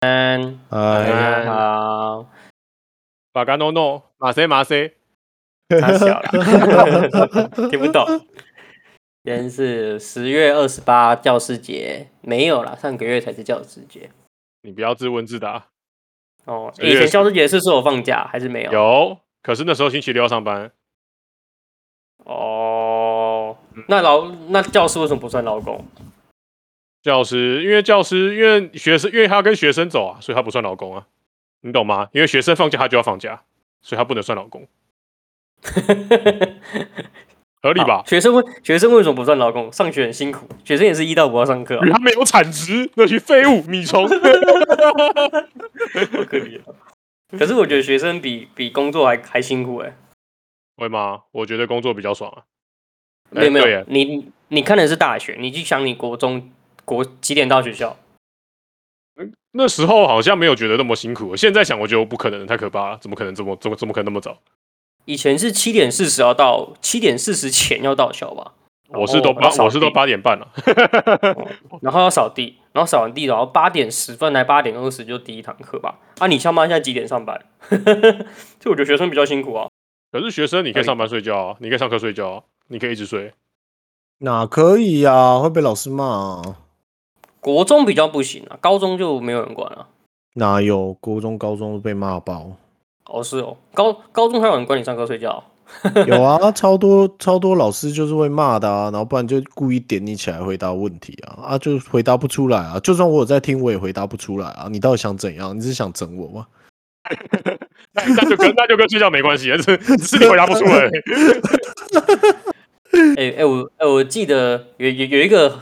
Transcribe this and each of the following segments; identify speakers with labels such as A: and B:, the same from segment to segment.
A: 嗯，
B: 呃，
C: 哎
A: 好，
C: 巴嘎诺诺，马塞马塞，
A: 太小了， 听不懂。今天是十月二十八教师节，没有啦，上个月才是教师节。你
C: 你不要自问自答。
A: 哦，
C: 十
A: 以
C: 月
A: 前教师节是说有放假还是没有？
C: 有，可是那时候星期六要上班，
A: 哦，那劳那教师为什么不算劳 工？
C: 教师因为教师因为学生因为他要跟学生走啊，所以他不算老公啊，你懂吗？因为学生放假他就要放假，所以他不能算老公，合理 吧
A: 好？学生为学生为什么不算劳工？上学很辛苦，学生也是一到五要上课啊、
C: 因为他没有产值，那群废物米虫。
A: 好可怜哦。可
C: 嗯
A: 是我觉得学生比比工作还还辛苦哎、
C: 会吗？我觉得工作比较爽啊。
A: 没有没
C: 哎对
A: 有
C: 耶，
A: 你你看的是大学，你去想你国中国几点到学校？
C: 那时候好像没有觉得那么辛苦，现在想我觉得不可能，太可怕了，怎么可能这么怎么怎么可能那么早？
A: 以前是七点四十要到，七点四十前要到校吧，
C: 我是都
A: 然后
C: 八
A: 要扫地
C: 我是都八点半了，哦
A: 然后要扫地，然后扫完地，然后八点十分来八点二十就第一堂课吧。啊，你上班现在几点上班？ 所以我觉得学生比较辛苦啊。
C: 可是学生你可以上班睡觉啊，你可以上课睡觉啊，你可以一直睡。
B: 哪可以呀、啊？会被老师骂、啊。
A: 国中比较不行啊，高中就没有人管了、啊
B: 哪有国中、高中都被骂爆？
A: 哦，是哦，高高中还有人管你上课睡觉啊、
B: 有啊，超多超多老师就是会骂的啊，然后不然就故意点你起来回答问题啊，啊就回答不出来啊，就算我有在听，我也回答不出来啊。你到底想怎样？你是想整我吗？
C: 那那就跟那就跟睡觉没关系，只是只是你回答不出来而已。
A: 哎、哎、我哎、我记得有有有一个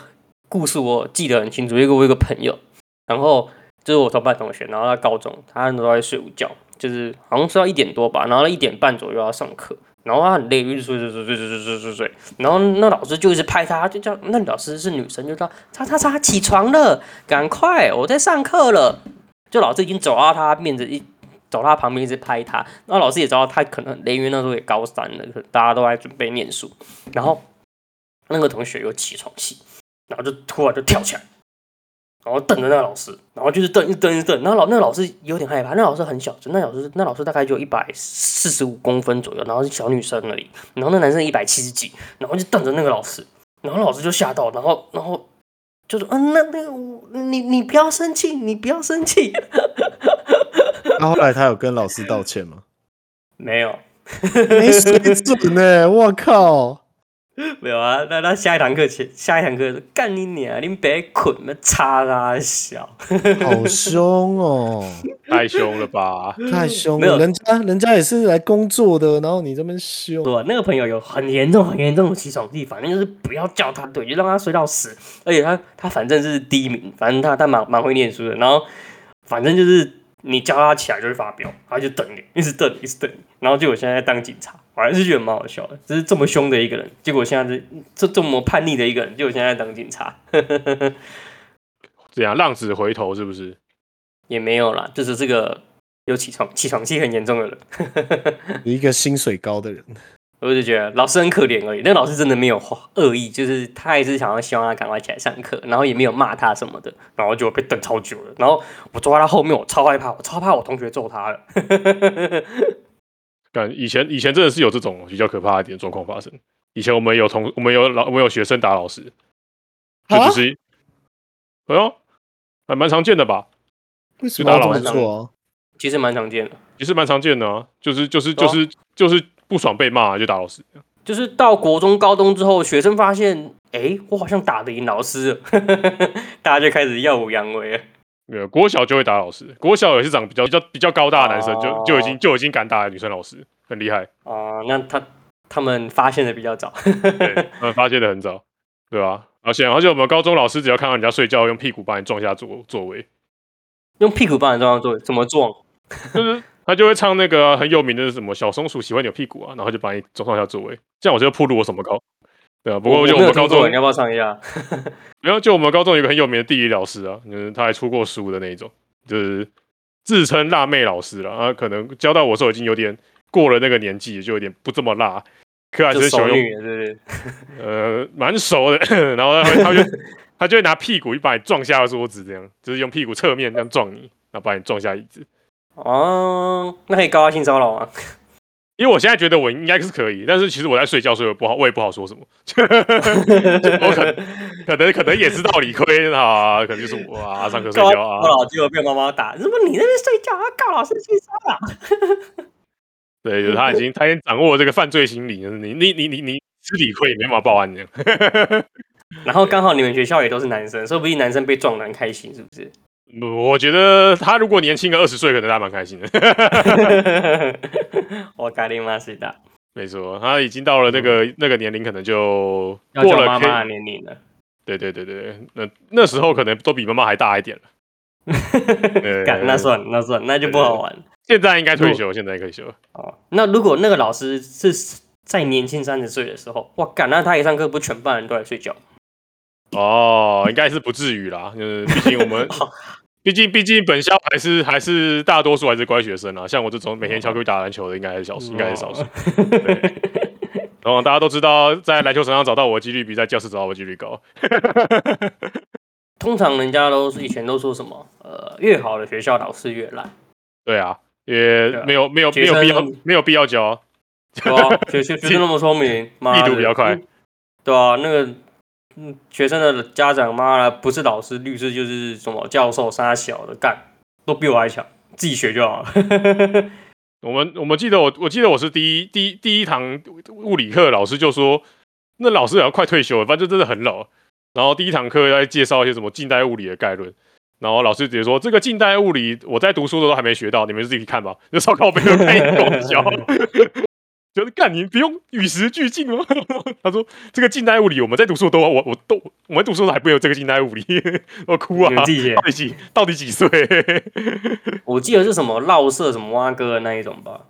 A: 故事，我记得很清楚。有一个我有一个朋友，然后就是我同班同学，然后他高中，他那时候在睡午觉，就是好像睡到一点多吧，然后一点半左右要上课，然后他很累，就一直睡睡睡睡睡睡睡睡睡，然后那老师就一直拍他，就叫那老师是女生，就叫叉叉叉起床了，赶快，我在上课了。就老师已经走到他面前一。走到他旁边一直拍他，然后老师也知道他可能很累，因为那时候也高三了，可大家都在准备念书，然后那个同学有起床气，然后就突然就跳起来，然后瞪着那个老师，然后就是瞪一直瞪一直瞪，然后老那个老师有点害怕，那老师很小只，那老师那老师大概就一百四十五公分左右，然后是小女生而已，然后那男生一百七十几，然后就瞪着那个老师，然后老师就吓到，然后然后。就说嗯，那那个我你你不要生气，你不要生气。
B: 那、啊后来他有跟老师道歉吗？
A: 没有
B: 没水准呢、 我靠！
A: 没有啊，那那下一堂课前下一堂课干你娘，你别捆，那叉啊小。
B: 好凶哦，
C: 太凶了吧？
B: 太凶
A: 没有
B: 了！人家人家也是来工作的，然后你这边凶，
A: 说那个朋友有很严重、很严重的起床气，反正就是不要叫他对，就让他睡到死。而且他他反正是第一名，反正他他蛮蛮会念书的。然后反正就是你叫他起来就会发飙，他就等你，一直等你，一直等你。然后结果现在当警察，我还是觉得蛮好笑的，就是这么凶的一个人，结果现在是这这么叛逆的一个人，结果现在当警察，
C: 怎样浪子回头是不是？
A: 也没有啦，就是这个有起床起床气很严重的人，
B: 一个薪水高的人，
A: 我就觉得老师很可怜而已，那老师真的没有恶意，就是他还是想要希望他赶快起来上课，然后也没有骂他什么的，然后就被等超久了。然后我坐在他后面，我超害怕，我超怕我同学揍他了。
C: 干以前以前真的是有这种比较可怕一点的状况发生。以前我们有同我们有老我们有学生打老师，就
B: 啊
C: 只是，哎呦，还蛮常见的吧？
B: 为什么要这么
A: 就打老师
B: 做、啊？
A: 其实蛮常见的，
C: 也是蛮常见的啊，就是就是
A: 对
C: 就
A: 啊
C: 是就是不爽被骂就打老师，
A: 就是到国中、高中之后，学生发现，哎，我好像打得赢老师了，大家就开始耀武扬威了。
C: 没有国小就会打老师，国小也是长比较比较比较高大的男生
A: 哦
C: 就就已经就已经敢打女生老师，很厉害，
A: 啊、那他他们发现的比较早，
C: 嗯对，他们发现的很早，对吧、啊？好险！而且我们高中老师只要看到人家睡觉，用屁股把你撞下座座位，
A: 用屁股帮人撞做怎么撞？
C: 就是他就会唱那个啊很有名的什么小松鼠喜欢扭屁股啊，然后就把你撞上下座位，这样我就暴露我什么高。对啊，不过
A: 我
C: 就
A: 没有
C: 们
A: 听
C: 高
A: 过
C: 中
A: 你要不要唱一下？
C: 没有，就我们高中有一个很有名的地理老师啊，就是他还出过书的那一种，就是自称辣妹老师了啊。可能教到我的时候已经有点过了那个年纪，就有点不这么辣，可还
A: 就是
C: 喜
A: 熟
C: 欢用
A: 女了是不是？
C: 呃蛮熟的， 然后他会他就他就会拿屁股一把你撞下桌子，这样就是用屁股侧面这样撞你，然后把你撞下椅子。
A: 哦，那可以告他性骚扰吗？
C: 因为我现在觉得我应该是可以，但是其实我在睡觉，所以我不好，我也不好说什么。 我可可能可能也知道理亏啊，可能就是我啊，上课睡
A: 告
C: 觉啊
A: 告，老结果被妈妈打，怎么你在那边睡觉啊？告老师性骚扰？
C: 对，就是他已经他已经掌握了这个犯罪心理，就是你你你你你吃理亏，你没办法报案这样。
A: 然后刚好你们学校也都是男生，说不定男生被撞得很开心，是不是？
C: 嗯我觉得他如果年轻个二十岁，可能他蛮开心的。
A: 我咖喱妈是的，
C: 没错，他已经到了那个、那个年龄，可能就
A: 嗯要
C: 过
A: 叫
C: 了
A: 妈
C: K-
A: 妈的年龄 了。
C: 对对对对对，那那时候可能都比妈妈还大一点了。对
A: 干那算了那算了，那就不好玩了
C: 现在应该退休，现在退休了。
A: 哦。那如果那个老师是在年轻三十岁的时候，哇干，那他一上课不全班人都来睡觉？
C: 哦，应该是不至于啦，就是毕竟我 们
A: 好，
C: 毕竟毕竟本校还是还是大多数还是乖学生啊，像我这种每天翘课去打篮球的，应该还是少数，应该是
A: 哦
C: 少数。对，然后大家都知道，在篮球场上找到我的几率比在教室找到我的几率高。
A: 通常人家都是以前都说什么，呃，越好的学校老师越烂，
C: 对啊，也
A: 对啊
C: 没有没有
A: 学
C: 没有必要
A: 生
C: 没有必要教。
A: 对啊，学学学生那么 聪明，妈的
C: 力度比较快
A: 嗯对啊，那个嗯，学生的家长妈的不是老师、律师就是什么教授、杀小的干，都比我还强，自己学就好 了。
C: 我们我们记得我我记得我是第一第一第一堂物理课老师就说，那老师好像快退休了，反正真的很老。然后第一堂课在介绍一些什么近代物理的概论，然后老师直接说这个近代物理我在读书的时候还没学到，你们自己看吧。就烧烤杯都看一 公交，就是干你不用与时俱进吗？ 他说这个近代物理我们在读书都我我都我们读书的时候还不有这个近代物理， 我哭啊
A: 你！们自己 学
C: 到，底几到底几岁？
A: 我记得是什么绕射什么蛙哥的那一种吧。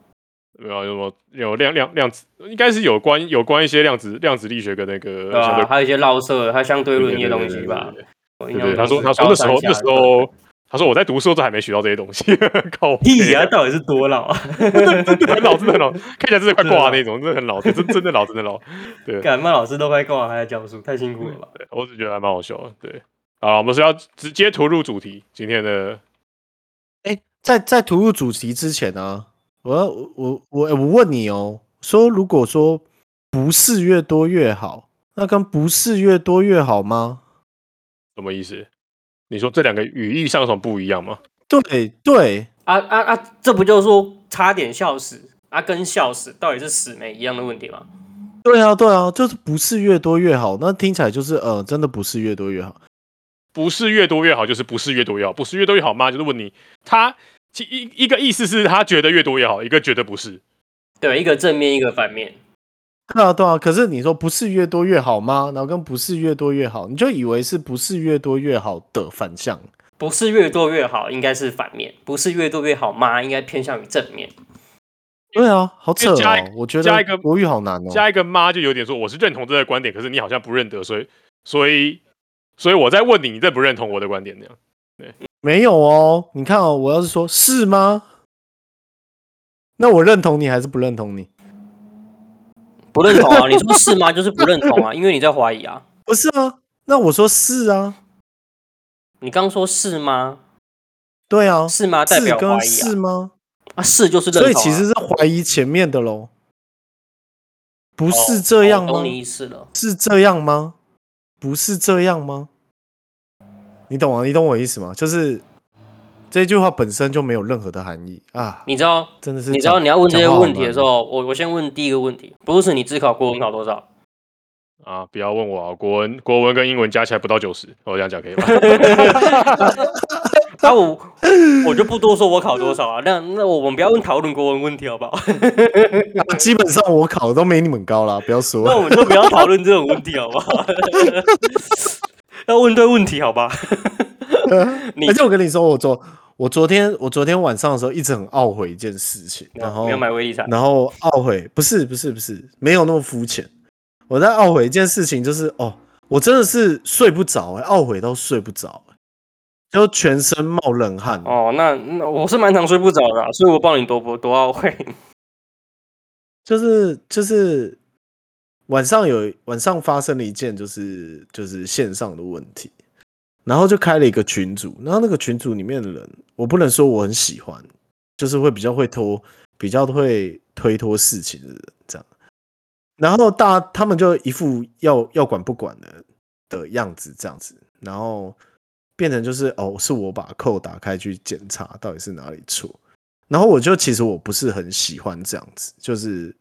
C: 没有什么有量量量子，应该是有关有关一些量子量子力学跟那个
A: 对啊吧、
C: 相对
A: 还有一些绕射，还有相对论一
C: 对
A: 些
C: 对
A: 东
C: 对
A: 西
C: 对
A: 吧。我
C: 对
A: 印
C: 对
A: 象
C: 对，他说
A: 中
C: 他
A: 是
C: 说那时候
A: 高三
C: 那
A: 下
C: 时候他说我在读书的时候还没学到这些东西， 靠背
A: 屁呀、到底是多老啊？
C: 真的很老，真的很老，看起来真的快
A: 真的
C: 挂
A: 老
C: 那种，真的很老，真真的老，真的老。对
A: 干嘛老师都快够了，还在教书，太辛苦了吧？
C: 对我只觉得还蛮好笑的。对，好，我们是要直接投入主题，今天的
B: 哎、在在突入主题之前啊，我要我我我、诶我问你哦，说如果说不是越多越好，那跟不是越多越好吗？
C: 什么意思？你说这两个语义上有什么不一样吗？
B: 对对，
A: 啊啊啊！这不就是说差点笑死啊，跟笑死到底是死没一样的问题吗？
B: 对啊，对啊，就是不是越多越好，那听起来就是呃，真的不是越多越好。
C: 不是越多越好，就是不是越多越好，不是越多越好吗？就是问你，他其一一个意思是他觉得越多越好，一个觉得不是。
A: 对，一个正面，一个反面。
B: 对啊，对啊，可是你说不是越多越好吗？然后跟不是越多越好，你就以为是不是越多越好的反向。
A: 不是越多越好，应该是反面；不是越多越好吗？应该偏向于正面。
B: 对啊，好扯
C: 因为
B: 哦
C: 加一！
B: 我觉
C: 加一
B: 得
C: 个
B: 国语好难哦。
C: 加一个妈就有点说我是认同这个观点，可是你好像不认得，所以所以所以我在问你，你认不认同我的观点那样？
B: 没有哦，你看哦，我要是说是吗？那我认同你还是不认同你？
A: 不认同啊？你说是吗？就是不认同啊，因为你在怀疑啊。
B: 不是啊，那我说是啊，
A: 你刚说是吗？
B: 对啊，
A: 是吗？代
B: 是
A: 表
B: 跟
A: 怀疑
B: 是
A: 啊？
B: 吗？
A: 啊，是就是认同、啊。
B: 所以其实是怀疑前面的喽，不
A: 不
B: 是这样吗？
A: 哦懂你意思了。
B: 是这样吗？不是这样吗？你懂啊？你懂我意思吗？就是这句话本身就没有任何的含义啊，
A: 你知道，
B: 真的是
A: 你知道
B: 讲
A: 你要问这些
B: 讲话好
A: 问题的
B: 难
A: 时候，我我先问第一个问题，不是你自考国文考多少？
C: 啊，不要问我啊，国文国文跟英文加起来不到九十，我这样讲可以吧？
A: 那、我我就不多说我考多少啊，那那我们不要问讨论国文问题好 不好？
B: 基本上我考的都没你们高啦，不要说
A: 啊那我们就不要讨论这种问题好不好？ 要问对问题好吧？你
B: 而且我跟你说，我昨我昨天我昨天晚上的时候一直很懊悔一件事情，然后
A: 没有买威力彩，
B: 然后懊悔，不是不是不是，没有那么肤浅。我在懊悔一件事情，就是哦，我真的是睡不着、欸，懊悔到睡不着、欸，就全身冒冷汗。
A: 哦，那那我是蛮常睡不着的啊、所以我帮你多多多懊悔。
B: 就是就是晚上有晚上发生了一件就是就是线上的问题，然后就开了一个群组，然后那个群组里面的人，我不能说我很喜欢，就是会比较会拖，比较会推脱事情的人这样，然后大他们就一副要要管不管的的样子这样子，然后变成就是哦是我把扣打开去检查到底是哪里错，然后我就其实我不是很喜欢这样子，就是，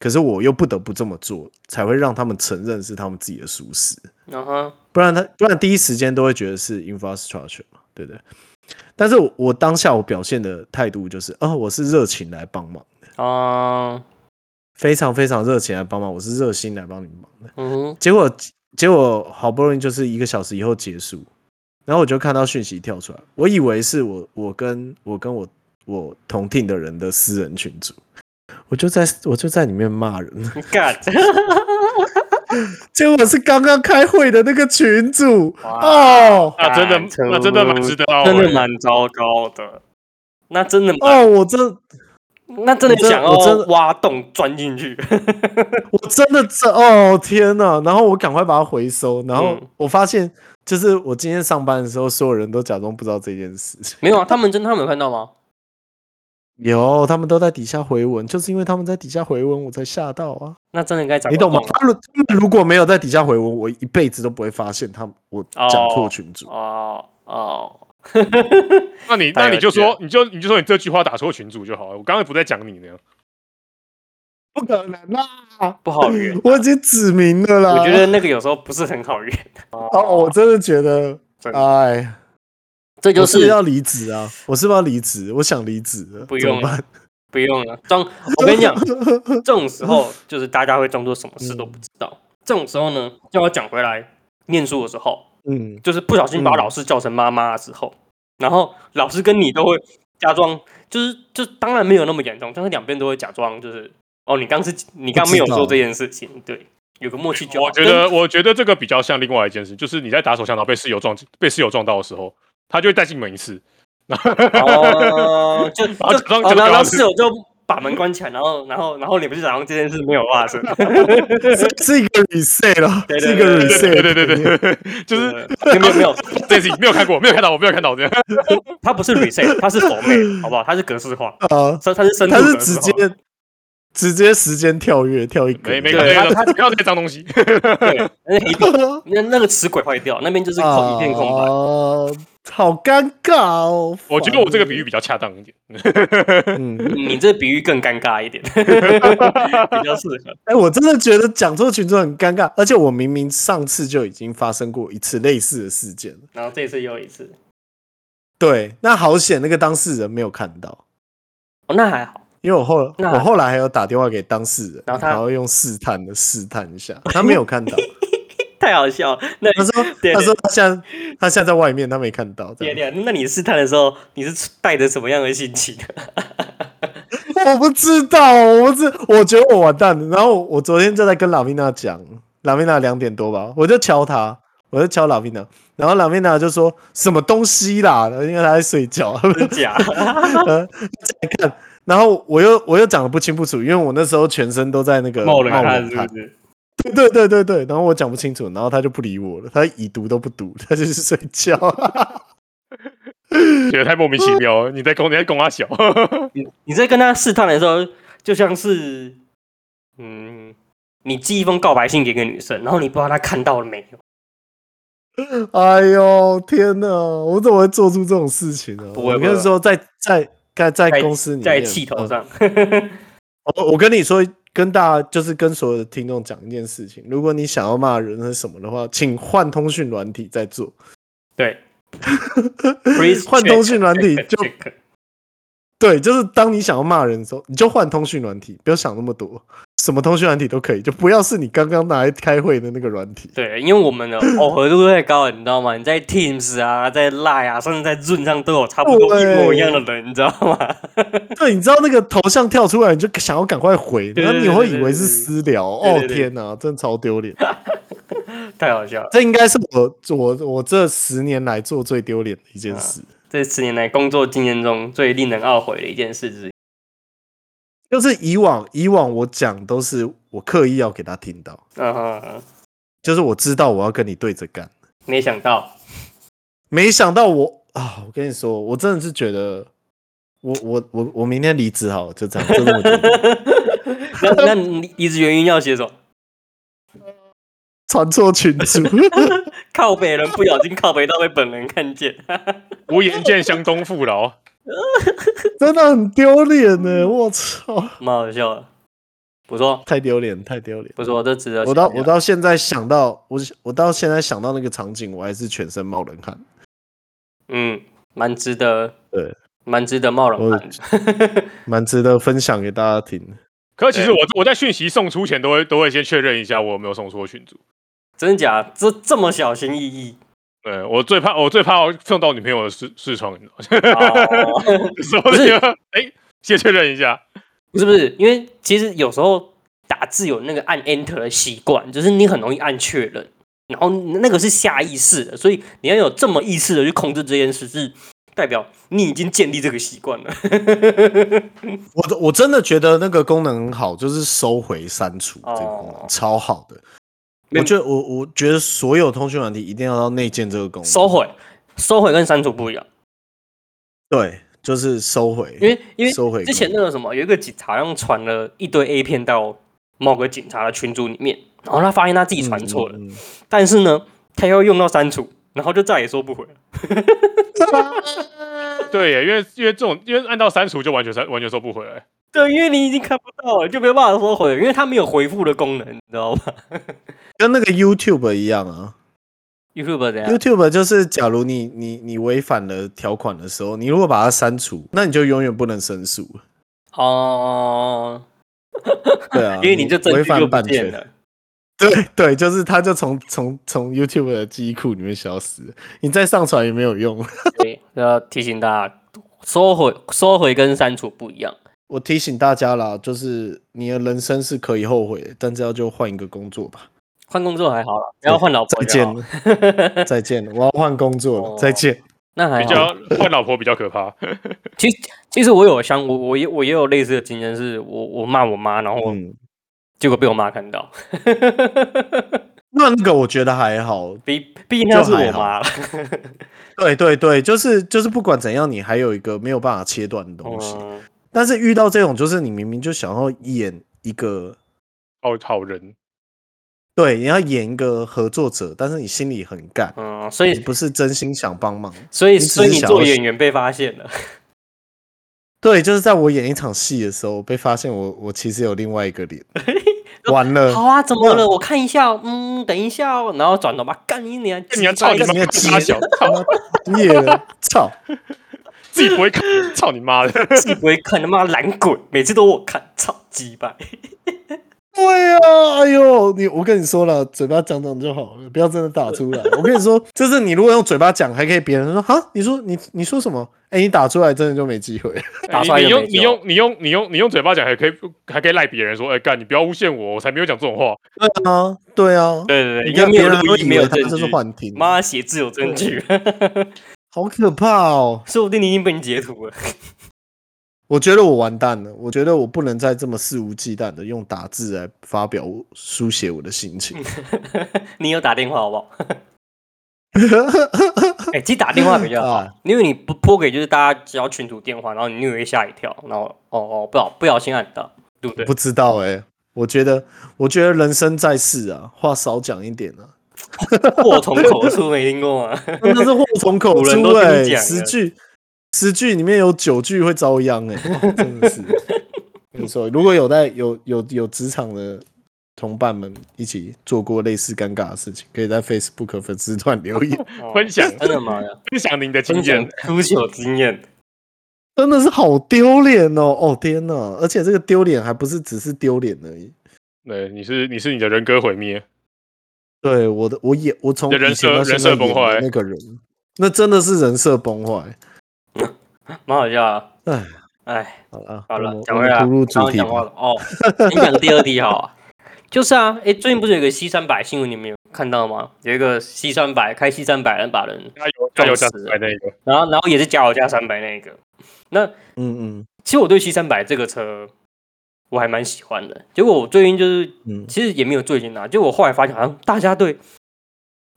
B: 可是我又不得不这么做，才会让他们承认是他们自己的疏失，
A: 然后
B: 不然他不然第一时间都会觉得是 infrastructure 嘛，对不对？但是我我当下我表现的态度就是，哦，我是热情来帮忙，
A: 啊，
B: 非常非常热情来帮忙，我是热心来帮你忙的。
A: 嗯
B: 结果结果好不容易就是一个小时以后结束，然后我就看到讯息跳出来，我以为是我我跟我跟我我同听的人的私人群组，我就在我就在里面骂人，
A: 哼，God，
B: 结果是刚刚开会的那个群组
A: 哇
B: 哦
C: 那真
A: 感
C: 的
A: 触
C: 那真的蛮值得懊
A: 真
C: 悔
A: 的蛮糟糕的。那真的蛮，
B: 哦，我真
A: 那真的
B: 我真
A: 想要
B: 我真的
A: 挖洞钻 进去。
B: 我真的这哦天呐！然后我赶快把它回收，然后
A: 嗯
B: 我发现就是我今天上班的时候，所有人都假装不知道这件事情。
A: 没有啊，他们真的他们有看到吗？
B: 有，他们都在底下回文，就是因为他们在底下回文，我才吓到啊！
A: 那真的该讲
B: 你
A: 个
B: 懂吗
A: 洞？
B: 他们他们如果没有在底下回文，我一辈子都不会发现他们我讲错群主。
A: 哦哦，
C: 那你
B: 太
C: 那
B: 有
C: 你就
B: 趣了
C: 说，你就你就说你这句话打错群主就好了。我刚才不在讲你呢，
B: 不可能啦！
A: 不好 圆啊。
B: 我已经指明了啦。
A: 我觉得那个有时候不是很好圆。
B: 啊哦，我真的觉得
C: 真，的
B: 哎，
A: 这就
B: 我是不
A: 是
B: 是要离职啊！我是不是要离职？我想离职了，
A: 不
B: 怎
A: 用
B: 么办
A: 了，不用了。装，我跟你讲，这种时候就是大家会装作什么事都不知道。这种时候呢，就要讲回来，念书的时候，
B: 嗯，
A: 就是不小心把
B: 嗯
A: 老师叫成妈妈的时候，然后老师跟你都会假装，就是就当然没有那么严重，但是两边都会假装就是哦，你刚是你刚没有
B: 我知道
A: 做这件事情，对，有个默契就好。
C: 我觉得我觉得这个比较像另外一件事，就是你在打手枪然后被室友撞被室友撞到的时候，他就会带进门一次。
A: 哦，就就
C: 然后假装
A: 哦
C: 假装
A: 然后然后
C: 老师
A: 室友就把门关起来，然后然后然后你不是假装这件事没有发生，
B: 是是一个 reset 了，
A: 对对
B: 是一个
A: 对
C: 对
B: reset，
C: 对对对对对， 就是
A: 没有没有没有，
C: 这次没有看过，没有看到，我没有看到这样。
A: 它不是 reset，它是 format，好不好？它是格式化，
B: 啊，
A: 它它是深度
B: 他
A: 格式
B: 是直
A: 化，
B: 接直接时间跳跃跳一格，
C: 没没看
A: 对
C: 到
A: 他
C: 没看到没看到这脏东西。
A: 对，那是黑底， 那那个齿轨坏掉，那边就是空一片空白。
B: 哦，好尴尬哦！
C: 我觉得我这个比喻比较恰当一点。
B: 烦，嗯，
A: 你这比喻更尴尬 一点，比较适合。
B: 哎、我真的觉得讲座群众很尴尬，而且我明明上次就已经发生过一次类似的事件了。
A: 然后这次又一次，
B: 对，那好险，那个当事人没有看到，
A: 哦，那还好，
B: 因为我后
A: 那
B: 我后来还有打电话给当事人，
A: 然后他
B: 后用试探的试探一下，他没有看到，
A: 太好笑了。那
B: 他说
A: 对
B: 他说他现在他现在在外面，他没看到，这
A: 对
B: 样
A: 对，那你试探的时候，你是带着什么样的心情？
B: 我不知道，我不知，我觉得我完蛋了。然后我我昨天就在跟拉米娜讲，拉米娜两点多吧，我就敲她，我就敲拉米娜，然后拉米娜就说什么东西啦，因为她在睡觉，
A: 真假？
B: 呃再看。然后我又我又讲的不清不楚，因为我那时候全身都在那个
A: 冒冷
B: 冷
A: 汗是不是？
B: 对对对对对。然后我讲不清楚，然后她就不理我了，她已读都不读，她就是睡觉。
C: 觉得太莫名其妙了。你在攻，你在攻他小，
A: 你你在跟他试探的时候，就像是，嗯，你寄一封告白信给一个女生，然后你不知道她看到了没有。
B: 哎呦天哪！我怎么会做出这种事情呢、
A: 不会
B: 我
A: 不会
B: 跟你说，在在在在
A: 在
B: 公司里面，
A: 在气头上，
B: 呃。我我跟你说，跟大家就是跟所有的听众讲一件事情：如果你想要骂人和什么的话，请换通讯软体再做。
A: 对，
B: 换通讯软体
A: check,
B: 就
A: check
B: 对，就是当你想要骂人的时候，你就换通讯软体，不要想那么多，什么通讯软体都可以，就不要是你刚刚拿来开会的那个软体。
A: 对，因为我们的耦合度太高了，你知道吗？你在 Teams 啊，在 Line 啊，甚至在 Zoom 上都有差不多一模一样的人，你知道吗？
B: 对，你知道那个头像跳出来，你就想要赶快回，
A: 对对
B: 然后你
A: 对
B: 会
A: 对
B: 以
A: 对
B: 为
A: 对
B: 是私聊。
A: 对对
B: 哦
A: 对
B: 天哪，真的超丢脸！
A: 太好笑了！
B: 这应该是我我我这十年来做最丢脸的一件事，
A: 这十年来工作经验中最令人懊悔的一件事之一。
B: 就是以往以往我讲都是我刻意要给他听到，
A: 嗯哼嗯哼，
B: 就是我知道我要跟你对着干。
A: 没想到，
B: 没想到我啊，我跟你说，我真的是觉得，我我我我明天离职好了，就这样，就这么决定
A: 那那你离职原因要写什么？
B: 传错群主，
A: 靠北人不小心靠北到被本人看见，
C: 无颜见湘东父老，
B: 真的很丢脸呢！我操，
A: 蛮好笑的。不错
B: 太丢脸，太丢脸！
A: 不错，这值得
B: 我到
A: 想一
B: 我
A: 下
B: 到现在想到我我到现在想到那个场景，我还是全身冒冷汗。
A: 嗯，蛮值得，
B: 对，
A: 蛮值得冒冷
B: 我
A: 汗的。
B: 蛮值得分享给大家听。
C: 可其实我我在讯息送出前都会都会先确认一下我有没有送错群组。
A: 真假？这这么小心翼翼？
C: 对我最怕我最怕我送到女朋友的视视窗，你知道吗？
A: 哦
C: 什么的，哎，先确认一下。
A: 不是不是，因为其实有时候打字有那个按 Enter 的习惯，就是你很容易按确认，然后那个是下意识的，所以你要有这么意识的去控制这件事，是代表你已经建立这个习惯
B: 哦
A: 了。
B: 我我真的觉得那个功能很好，就是收回删除这个功能、
A: 哦
B: 超好的。
A: 没
B: 我觉得我我觉得所有通讯软体一定要到内建这个功能，
A: 收回，收回跟删除不一样，
B: 对，就是收回，嗯
A: 因为因为
B: 收回
A: 之前
B: 功
A: 那个什么，有一个警察让传了一堆 A 片到某个警察的群组里面，然后他发现他自己
B: 能
A: 传错了，
B: 嗯嗯嗯
A: 但是呢，他又用到删除，然后就再也收不回了。
C: 对耶，因为因为这种因为按到删除就完全删完全收不回来。
A: 对，因为你已经看不到了，就没有办法收回了，因为它没有回复的功能，你知道吗
B: 跟那个 YouTube 一样啊。
A: ？YouTube 怎样？
B: YouTube 就是，假如你你你违反了条款的时候，你如果把它删除，那你就永远不能申诉。
A: 哦，
B: 对啊
A: ，因为你这证
B: 违
A: 据就
B: 反
A: 不
B: 版
A: 见
B: 权。
A: 了。
B: 对对，就是它就从从从 YouTube 的记忆库里面消失了，你再上传也没有用。
A: 对，要提醒大家，收回、收回跟删除不一样。
B: 我提醒大家啦，就是你的人生是可以后悔的，但是要就换一个工作吧。
A: 换工作还好了，不要换老婆
B: 再
A: 就
B: 见
A: 好。
B: 了，再见了，我要换工作
A: 啊哦
B: 了，再见。
A: 那还
C: 比
A: 好。
C: 较换老婆比较可怕。
A: 其实其实我有相，我我也我也有类似的经验，是我我骂我妈，然后
B: 嗯，
A: 结果被我妈看到，
B: 那那个我觉得还好，
A: 毕毕竟她是
B: 就还
A: 我妈 了。
B: 对对对，就是就是不管怎样，你还有一个没有办法切断的东西。
A: 嗯，
B: 但是遇到这种，就是你明明就想要演一个，
C: 好好人，
B: 对，你要演一个合作者，但是你心里很干，
A: 嗯，所
B: 你
A: 以
B: 不是真心想帮忙。
A: 所以
B: 你只是
A: 所以你
B: 想
A: 做
B: 要
A: 演员被发现了。
B: 对，就是在我演一场戏的时候，被发现我我其实有另外一个 脸，完了。
A: 好啊，怎么
B: 呃那
A: 了？我看一下哦，嗯，等一下哦，然后转头吧，干你娘！
C: 你要操你
B: 你
C: 妈
B: 要
C: 傻
B: 接
C: 小，
B: 他
C: 操
B: 妈业了，操！
C: 自己不会看，操你妈的！
A: 自己不会看，他妈懒鬼，每次都我看，操鸡巴！
B: 对啊，哎呦，你我跟你说了，嘴巴讲讲就好了，不要真的打出 来。我跟你说，就是你如果用嘴巴讲，还可以别人说哈，你说你你说什么？哎、你打出来真的就没机会。
A: 打出来
C: 你你
A: 就
C: 用
A: 没救
C: 你用你用你用你用嘴巴讲还可以还可以赖别人说，哎干你不要诬陷我，我才没有讲这种话。
B: 对啊，对啊，
A: 对对对，
B: 你
A: 应该
B: 看
A: 没
B: 别
A: 有
B: 人
A: 录
B: 会
A: 音，
B: 以
A: 没
B: 为
A: 有
B: 他
A: 证
B: 这是
A: 据。
B: 幻听，
A: 妈，写字有证据，
B: 好可怕哦！
A: 说不定你已经被你截图了。
B: 我觉得我完蛋了，我觉得我不能再这么肆无忌惮的用打字来发表我书写我的心情。
A: 你有打电话好 不好？哎，其实打电话比较好
B: 啊，
A: 因为你不拨给就是大家只要群主电话，然后你以为吓一跳，然后哦哦，不好不小心按到，对不对？
B: 不知道哎、我觉得，我觉得人生在世啊，话少讲一点啊。
A: 祸从口出，没听过啊吗？
B: 真的是祸从口
A: 古人都
B: 出
A: 这么
B: 哎、
A: 讲的
B: 十句十句里面有九句会遭欸 殃哎、哇真的是。跟你说，如果有在有有有职场的同伴们一起做过类似尴尬的事情，可以在 Facebook 粉丝团留言，
A: 哦
C: 分享
A: 真的吗？
C: 分享您的经
A: 分享
C: 验，
A: 出糗经验，
B: 真的是好丢脸哦！哦天哪，而且这个丢脸还不是只是丢脸而已。
C: 对，你是你是你的人格毁灭，
B: 对我的，我演我从
C: 你的人
B: 以前
C: 设
B: 到现
C: 人
B: 在
C: 设崩
B: 演的
C: 坏
B: 那个人，那真的是人设崩坏。
A: 蛮好笑啊。
B: 哎，
A: 哎，
B: 好了
A: 好
B: 我
A: 了
B: 们，
A: 讲
B: 我
A: 回
B: 们
A: 来，啊
B: 突入
A: 刚
B: 主
A: 刚
B: 题
A: 讲话
B: 吧。
A: 了哦。你讲第二题好啊， 就是啊，哎，最近不是有个 C 三百新闻，你们有看到吗？有一个 C 三百开 C 三百人把人，
C: 加油加油加
A: 撞死
C: 油！那个
A: 然后然后也是加我加三百那个。
B: 嗯
A: 其实我对 C 三百这个车我还蛮喜欢的，结果我最近就是
B: 嗯嗯，
A: 其实也没有最近啊，就我后来发现好像大家对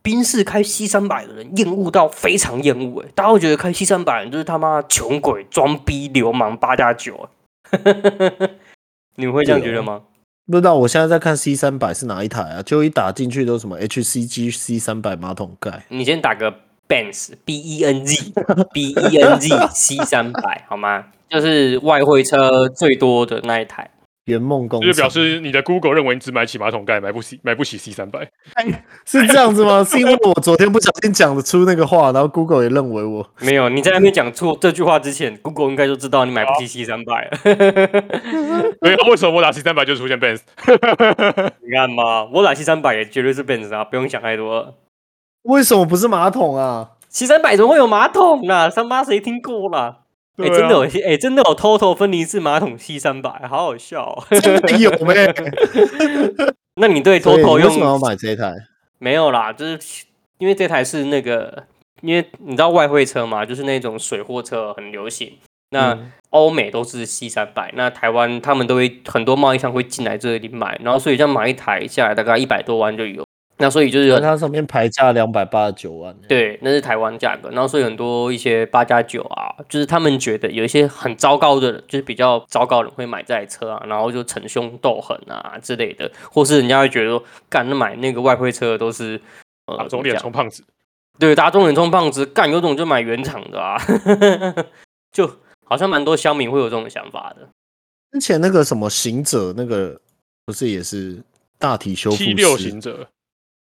A: 宾士开 C 三百的人厌恶到非常厌恶，哎，大家会觉得开 C 三百人就是他妈穷鬼、装逼、流氓、八加九，欸 你们会这样觉得吗？
B: 不知道我现在在看 C 三百是哪一台啊？就一打进去都什么 HCG C 三百马桶盖。
A: 你先打个 Benz B E N Z B E N Z C 三百好吗？就是外汇车最多的那一台。
B: 圆梦工
C: 这就
B: 厂
C: 表示你的 Google 认为你只买起马桶盖，买不起买不起 C 三百。
B: 是这样子吗？ 是因为我昨天不小心讲得出那个话，然后 Google 也认为我
A: 没有，你在还没讲出这句话之前，Google 应该就知道你买不起 C 三百了。
C: 对啊，为什么我打 C 三百就出现 Benz？
A: 你看嘛，我打 C 三百也绝对是 Benz 啊，不用想太多了。
B: 为什么不是马桶 啊？
A: C 三百怎么会有马桶啦？三八谁听过啦？
C: 对
A: 哎、
C: 啊
A: 真的有，哎、真的有偷偷分离式马桶 C 三百，好好笑、哦。
B: 真的有呗、
A: 那你对
B: 所
A: 偷
B: 以
A: 偷
B: 你为什么
A: 用
B: 要买这一台？
A: 没有啦？就是因为这台是那个，因为你知道外汇车嘛，就是那种水货车很流行。那
B: 嗯
A: 欧美都是 C 三百，那台湾他们都会很多贸易商会进来这里买，然后所以这样买一台下来大概一百多万就有。那所以就是
B: 因为
A: 有
B: 它上面牌价两百八十九万、
A: 对，那是台湾价格。然后所以很多一些八加九啊，就是他们觉得有一些很糟糕的人，就是比较糟糕的人会买这台车啊，然后就逞凶斗狠啊之类的，或是人家会觉得说，干那买那个外汇车的都是呃
C: 打
A: 怎
C: 肿
A: 么
C: 脸
A: 讲
C: 充胖子，
A: 对，打肿脸充胖子，干有种就买原厂的啊， 就好像蛮多乡民会有这种想法的。
B: 之前那个什么行者那个不是也是大体修复
C: 七六
B: 师
C: 行者，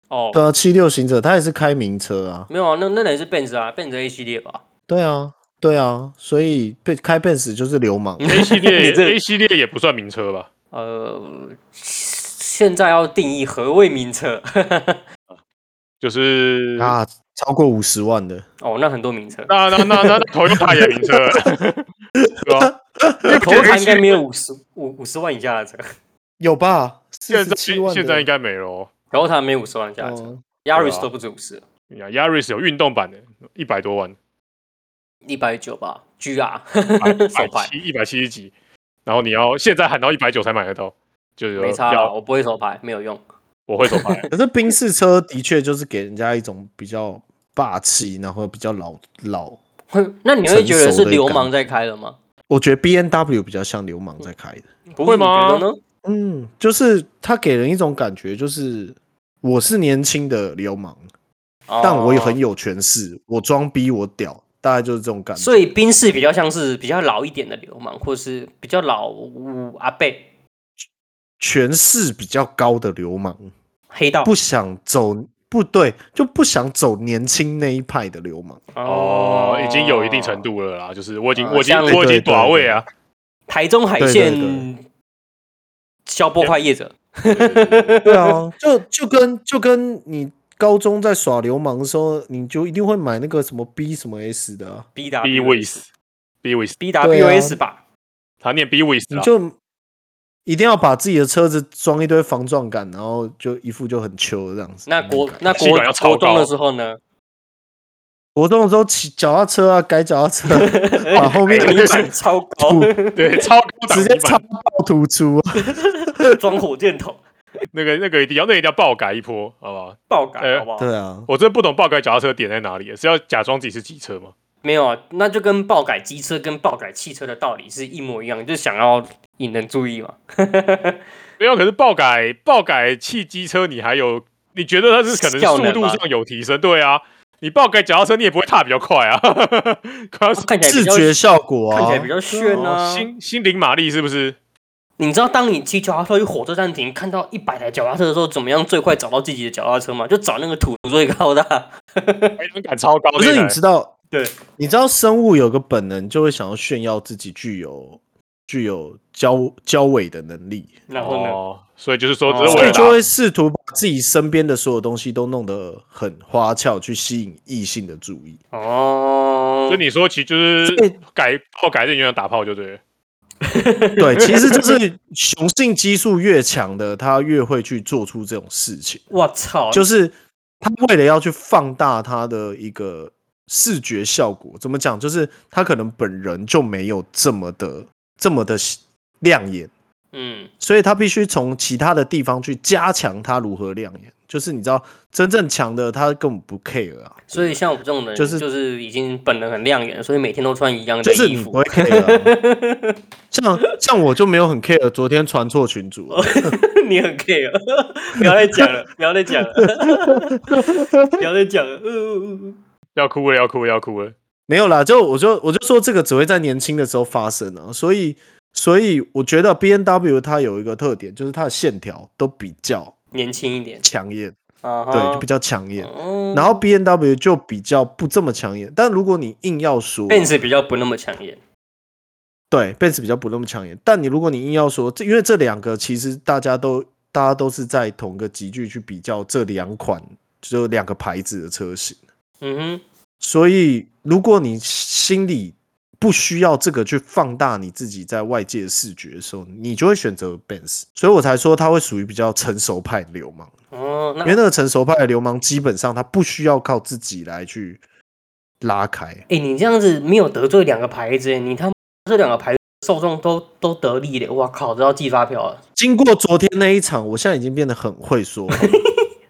A: 哦，
B: 对啊，七六行者他也是开名车啊，
A: 没有啊，那那台是 Benz 啊，Benz A 系列吧？
B: 对啊，对啊，所以被开 Benz 就是流氓。
C: A 系列
A: 你这
C: A 系列也不算名车吧？
A: 呃，现在要定义何谓名车
C: 就是那
B: 啊，超过五十万的，
A: 哦，那很多名车。
C: 那那那那 Toyota 也名车，对吧？
A: 头他应该没有五十五五十万以下的车，
B: 有吧？
C: 现
B: 四十
C: 在
B: 七万的
C: 现在应该没了。哦
A: 头他没有五十万以下的车
B: 哦
C: 对
A: ，Yaris
C: 啊
A: 都不止五十，
C: 呀，Yaris 有运动版的，一百多万，
A: 一百九吧，GR
C: 一
A: 手
C: 百
A: 牌
C: 七一百七十几，然后你要现在喊到一百九才买得到，就
B: 啊
C: 有
A: 没差啦，
C: 要
A: 我不会手牌，没有用。
C: 我会手牌，
B: 可是宾士车的确就是给人家一种比较霸气，然后比较老老。
A: 哼那你会觉得
B: 成熟
A: 是
B: 的一
A: 流
B: 杆
A: 氓在开的吗？
B: 我觉得 B N W 比较像流氓在开的，
A: 不
C: 会
A: 是你觉
C: 吗
A: 得呢？
B: 嗯，就是他给人一种感觉，就是我是年轻的流氓，但我也
A: 哦
B: 很有权势，我装逼我屌，大概就是这种感觉。
A: 所以宾士比较像是比较老一点的流氓，或是比较老嗯阿贝
B: 权势比较高的流氓，
A: 黑道
B: 不想走不对，就不想走年轻那一派的流氓。
C: 哦，呃已经有一定程。度了啦，就是我已经
A: 啊
C: 我已经
A: 像
C: 我已
B: 对
C: 经
B: 对
C: 短位啊，
A: 台中海
B: 对对
A: 线消波快业者，
C: 对对对对
B: 对啊，就就跟就跟你高中在耍流氓的时候，你就一定会买那个什么 B 什么 S 的、啊，
A: B W
C: ，B with B with，
A: B
B: 对
A: W
B: 啊
A: S 吧？
C: 他念 B 啊 with
A: 啊
B: 你
C: 啦，
B: 就一定要把自己的车子装一堆防撞杆，然后就一副就很秋这样子。
A: 那国那
C: 气
A: 国
C: 管要超
A: 国中
C: 高
A: 的时 候呢？
B: 活动的时候骑脚踏车啊，改脚踏车， 把后面
A: 哎
B: 的
A: 你板哦超高，
C: 对，超高档
B: 直接
C: 泥
B: 超
C: 板，
B: 爆突出。啊
A: 装火箭筒，
C: 那个那个一定要那个一定要爆改一波，好不好？
A: 爆
C: 哎
A: 改好不好？
B: 对啊，
C: 我真不懂爆改脚踏车点在哪里，是要假装自己是机车吗？
A: 没有啊，那就跟爆改机车跟爆改汽车的道理是一模一样，就是想要引人注意嘛。
C: 没有，可是爆改爆改汽机车，你还有你觉得它是可能
A: 效
C: 速
A: 能
C: 度
A: 吗
C: 上有提升？对啊，你爆改脚踏车你也不会踏比较快啊， 快要
A: 看起来
B: 视
A: 比较
B: 觉效果啊，
A: 看起来比较炫
C: 哦
A: 啊，
C: 心心灵马力是不是？
A: 你知道当你骑脚踏车去火车站停，看到一百台脚踏车的时候，怎么样最快找到自己的脚踏车吗？就找那个土最高的 啊、
C: 排量感超高
B: 不
C: 的一
B: 是
C: 台，
B: 你知道，
A: 对，
B: 你知道生物有个本能，就会想要炫耀自己具有具有交交尾的能力，
A: 然后呢？
C: 哦，所以就是说，
A: 哦
C: 只是
B: 所
C: 为
B: 以
C: 了
B: 就
C: 达
B: 会试图把自己身边的所有东西都弄得很花俏，去吸引异性的注意。
A: 哦，
C: 所以你说，其实就是
B: 所以
C: 改炮改正原来打炮就对了。
B: 对，其实就是雄性激素越强的，他越会去做出这种事情，
A: 我操，
B: 就是他为了要去放大他的一个视觉效果。怎么讲？就是他可能本人就没有这么的这么的亮眼。
A: 嗯，
B: 所以他必须从其他的地方去加强他如何亮眼。就是你知道，真正强的他根本不 care 啊，
A: 所以像我这种人，
B: 就是
A: 就是已经本人很亮眼，所以每天都穿一样的
B: 就是
A: 衣
B: 你不
A: 服
B: 会。care 啊、像像我就没有很 care，昨天传错群主，
A: 你很 care，不要再讲了，不要 再讲了，不要再讲了。呃呃呃呃
C: 要哭了，要哭了，要哭了！
B: 没有啦，就我就我就说这个只会在年轻的时候发生啊，所以所以我觉得 B N W 它有一个特点，就是它的线条都比较
A: 年轻一点
B: 抢眼，
A: 啊哈，
B: 对，就比较抢眼。
A: 嗯
B: 然后 B N W 就比较不这么抢眼，但如果你硬要说，
A: Benz 比较不那么抢眼，
B: 对，Benz 比较不那么抢眼，但你如果你硬要说，这因为这两个其实大家都大家都是在同一个集聚去比较这两款，就两个牌子的车型，
A: 嗯
B: 所以如果你心里不需要这个去放大你自己在外界的视觉的时候，你就会选择 Benz，所以我才说它会属于比较成熟派的流氓，
A: 哼，哦，那
B: 因为那个成熟派的流氓基本上他不需要靠自己来去拉开，
A: 哎、你这样子没有得罪两个牌子耶，你他妈这两个牌子受众都都得利了，哇靠，这要寄发票了。
B: 经过昨天那一场，我现在已经变得很会说话。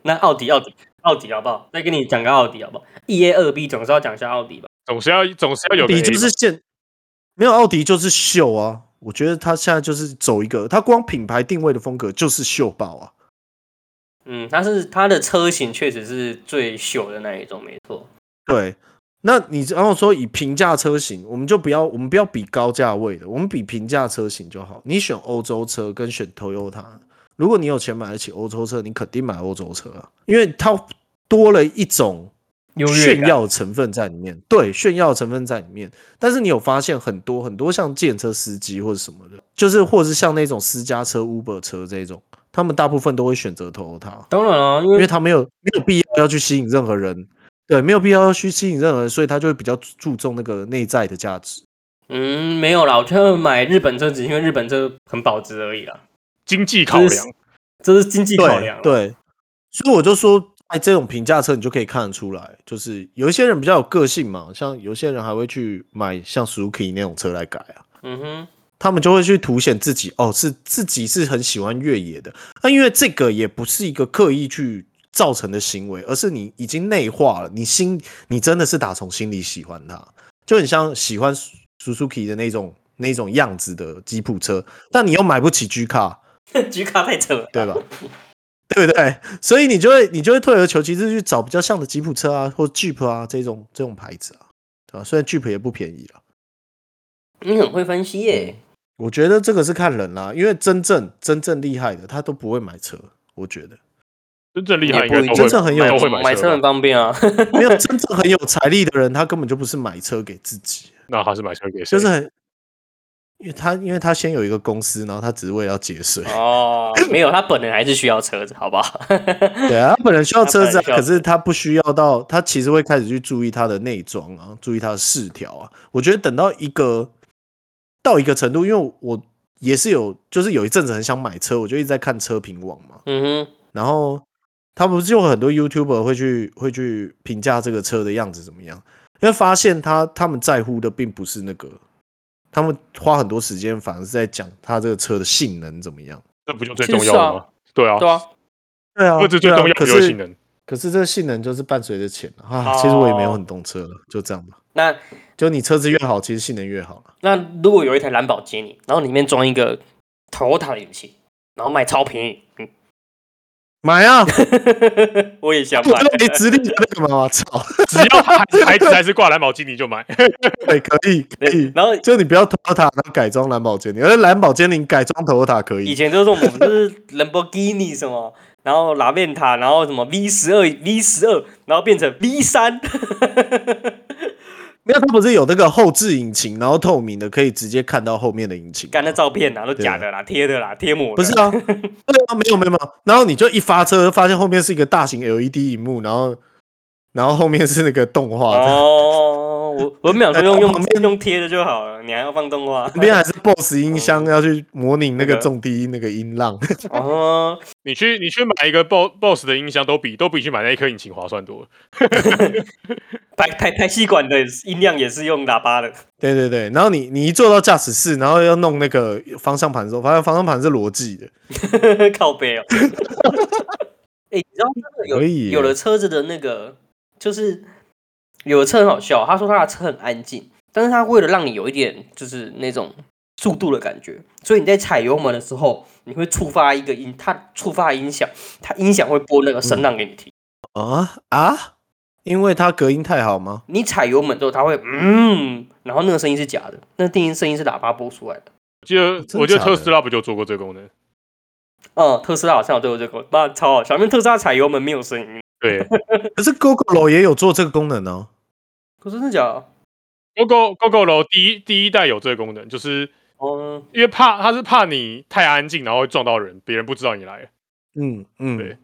A: 那奥迪，奥迪，奥迪好不好？再跟你讲个奥迪好不好？E A 二 B 总是要讲一下奥迪吧。
C: 总是要总是要有
B: 奥
C: 个
B: 迪
C: A 吧，
B: 就是现没有奥迪就是秀啊！我觉得他现在就是走一个，他光品牌定位的风格就是秀爆啊！
A: 嗯，它是它的车型确实是最秀的那一种，没错。
B: 对，那你然后说以平价车型，我们就不要我们不要比高价位的，我们比平价车型就好。你选欧洲车跟选 Toyota，如果你有钱买得起欧洲车，你肯定买欧洲车啊，因为它多了一种
A: 优
B: 炫，耀成分在里面，对，炫耀成分在里面。但是你有发现很多很多像建车司机或者什么的，就是或者是像那种私家车、Uber 车这种，他们大部分都会选择 Toyota，
A: 当然啊，因
B: 因为
A: 为
B: 他没有没有必要要去吸引任何人，对，没有必要要去吸引任何人，所以他就会比较注重那个内在的价值。
A: 嗯没有啦，我觉得买日本车只是因为日本车很保值而已啦，
C: 经济考量。
A: 这是经济考
B: 对
A: 量。，啊
B: 对，所以我就说，哎，这种平价车你就可以看得出来，就是有一些人比较有个性嘛，像有些人还会去买像 Suzuki 那种车来改啊。
A: 嗯哼，
B: 他们就会去凸显自己哦，是自己是很喜欢越野的。那、因为这个也不是一个刻意去造成的行为，而是你已经内化了，你心你真的是打从心里喜欢它，就很像喜欢 Suzuki 的那种那种样子的吉普车，但你又买不起 G 卡，
A: 菊卡太扯了。
B: 对吧？对不对？所以你就会你就会退而求其次去找比较像的吉普车啊，或 Jeep 啊这种这种牌子啊，对吧？虽然 Jeep 也不便宜了。
A: 你很会分析耶、
B: 我觉得这个是看人啦、因为真正真正厉害的，他都不会买车。我觉得
C: 真正厉
A: 也
C: 害应
A: 不
C: 该
A: 一
C: 都会，
A: 定
B: 真正很有
C: 嗯都
B: 钱
C: 会买
A: 车
C: 车
A: 很
C: 吧，
A: 方便啊。
B: 没有真正很有财力的人，他根本就不是买车给自己，
C: 那还是买车给谁？
B: 就是很，因为他因为他先有一个公司，然后他只是为了要节税。
A: 哦，没有，他本人还是需要车子，好不 好？
B: 对啊，他本人需要车子啊，
A: 他本来需要
B: 可是他不需要到，他其实会开始去注意他的内装啊，注意他的饰条啊。我觉得等到一个到一个程度，因为我也是有，就是有一阵子很想买车，我就一直在看车评网嘛。
A: 嗯哼，
B: 然后他不是有很多 YouTuber 会去会去评价这个车的样子怎么样，因为发现他他们在乎的并不是那个，他们花很多时间反而是在讲他这个车的性能怎么样。
C: 这不就最
A: 其实
C: 重要的吗？对啊
A: 对，啊，
B: 对啊，
C: 这是最
B: 对啊
C: 重要
B: 可
C: 的游戏
B: 是
C: 能。
B: 可是这个性能就是伴随着钱啊。
A: 哦
B: 其实我也没有很懂车了，就这样吧。
A: 那
B: 就你车子越好，其实性能越好了。
A: 那如果有一台兰博基尼，然后里面装一个 Toyota 的引擎，然后卖超便宜，嗯，
B: 买啊！
A: 嗯 我也想
B: 不
A: 买
B: 知，
C: 啊
B: 道你直立的那个吗？ 操！
C: 只要孩子孩子还是挂蓝宝基尼就买。
B: 对，可以，可以。
A: 然后
B: 就你不要 Toyota 然后改装蓝宝坚尼，而蓝宝坚尼改装 Toyota 可
A: 以
B: 以。
A: 前就是我们就是 Lamborghini 什么，然后拉面塔，然后什么 V 十二 V 十二，然后变成 V 三，
B: 没有，它不是有那个后置引擎，然后透明的，可以直接看到后面的引擎。
A: 干那照片啊都假的啦，贴的啦，贴膜的
B: 不是啊，对啊，没有没有没有。然后你就一发车，发现后面是一个大型 LED 荧幕，然后然后后面是那个动画的，
A: 哦，我我们想说
B: 旁
A: 用用
B: 边
A: 用贴的就好了，你还要放动画
B: 旁边还是 BOSS 音箱，要去模拟那
A: 那
B: 个
A: 个
B: 重低音那个音浪。
A: 哦，
C: 你去你去买一个 Boss Boss 的音箱，都比都比去买那一颗引擎划算多了。
A: 排排排气管的音量也是用喇叭的，
B: 对对对，然后你你一坐到驾驶室，然后要弄那个方向盘的时候，发现方向盘是逻辑的，
A: 靠背哦。哎、你知道那个有
B: 可以耶
A: 有了车子的那个，就是有的车很好笑，他说他的车很安静，但是他为了让你有一点就是那种速度的感觉，所以你在踩油门的时候，你会触发一个音，它触发音响，它音响会播那个声浪给你听。
B: 啊啊！因为它隔音太好吗？
A: 你踩油门之后，它会嗯，然后那个声音是假的，那定音声音是喇叭播出来的。
C: 我记得
B: 哦真
C: 我记得
B: 假的
C: 特斯拉不就做过这个功能？
A: 嗯，特斯拉好像有都有这个，那超好笑，因为特斯拉踩油门没有声音，
C: 对
B: 可是 GoGo 也有做这个功能哦。
A: 可是真的假的？
C: ，GoGo GoGo 楼第一第一代有这个功能，就是
A: 嗯，
C: 因为怕他是怕你太安静，然后会撞到人，别人不知道你来了。
B: 嗯嗯
C: 对，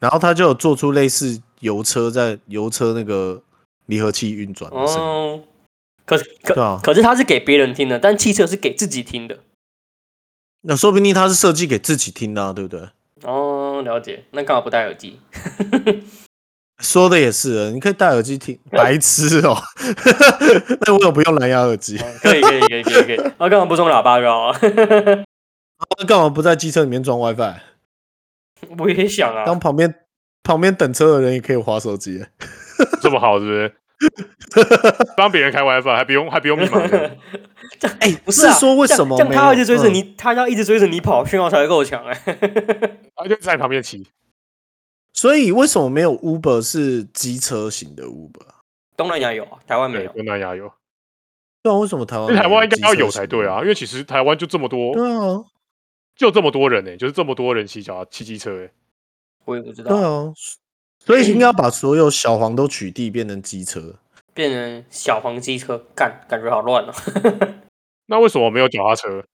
B: 然后他就有做出类似油车在油车那个离合器运转的声音，
A: 哦，可是可
B: 对啊，
A: 可是它是给别人听的，但汽车是给自己听的。
B: 那说不定他是设计给自己听的、啊，对不对？
A: 哦，了解。那干嘛不戴耳机？
B: 说的也是，你可以戴耳机听，白痴哦、 那为什么不用蓝牙耳机？
A: 哦可以可以可以可以可以。 那干嘛不装喇叭就好 啊？
B: 那干嘛不在机车里面装 WiFi？
A: 我也想啊
B: 当。旁边旁边等车的人也可以划手机。
C: 这么好是不是？ 帮别人开 WiFi 还不用还不用密 码，
B: 哎、
A: 不啊
B: 说为
A: 这样
B: 什么
A: 这样他
B: 没有
A: 要一直追着
B: 嗯
A: 你，他要一直追着你跑，讯号才会够强哎。
C: 他啊就在旁边骑。
B: 所以为什么没有 Uber 是机车型的 Uber？啊
A: 东南亚有啊，台湾没
C: 对，
A: 有。
C: 东南亚有，
B: 对啊，为什么台湾
C: 那台湾应该要有
B: 机哦车
C: 才
B: 型的
C: 对啊，因为其实台湾就这么多，
B: 对啊，
C: 就这么多人呢、欸就是这么多人骑脚踏骑机车、欸，
A: 我也不知
B: 对
A: 道，
B: 啊，所以应该要把所有小黄都取缔，变成机车。
A: 变成小黄机车，干感觉好乱哦。
C: 那为什么没有脚踏车？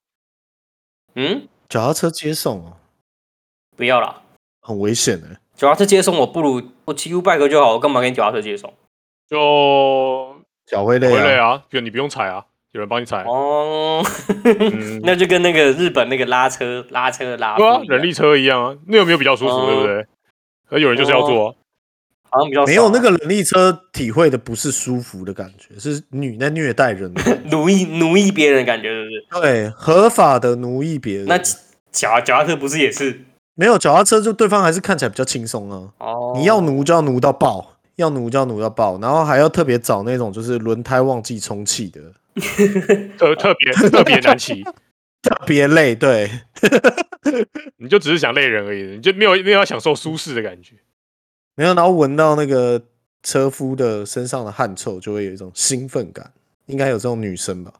A: 嗯，
B: 脚踏车接送哦，
A: 不要啦，
B: 很危险欸的、
A: 脚踏车接送我不如我骑 U bike 就好，我干嘛跟脚踏车接送？
C: 就
B: 脚会累
C: 回来
B: 啊。
C: 啊，就你不用踩啊，有人帮你踩。
A: 哦，
C: 嗯，
A: 那就跟那个日本那个拉车拉车拉夫
C: 对啊，
A: 一样
C: 人力车一样啊，那有没有比较舒服，
A: 哦
C: 对不对？而有人就是要做啊，
A: 好像比较少
B: 没有那个人力车体会的不是舒服的感觉，是女在虐待人的感 觉。
A: 奴役奴役别人的感觉，是不是？
B: 对，合法的奴役别人。
A: 那脚脚踏车不是也是？
B: 没有脚踏车，就对方还是看起来比较轻松啊。
A: 哦，
B: 你要奴就要奴到爆，要奴就要奴到爆，然后还要特别找那种就是轮胎忘记充气的，
C: 特特 别特别难骑，
B: 特别累。对，
C: 你就只是想累人而已，你就没有没有要享受舒适的感觉。
B: 没有，然后闻到那个车夫的身上的汗臭，就会有一种兴奋感。应该有这种女生吧？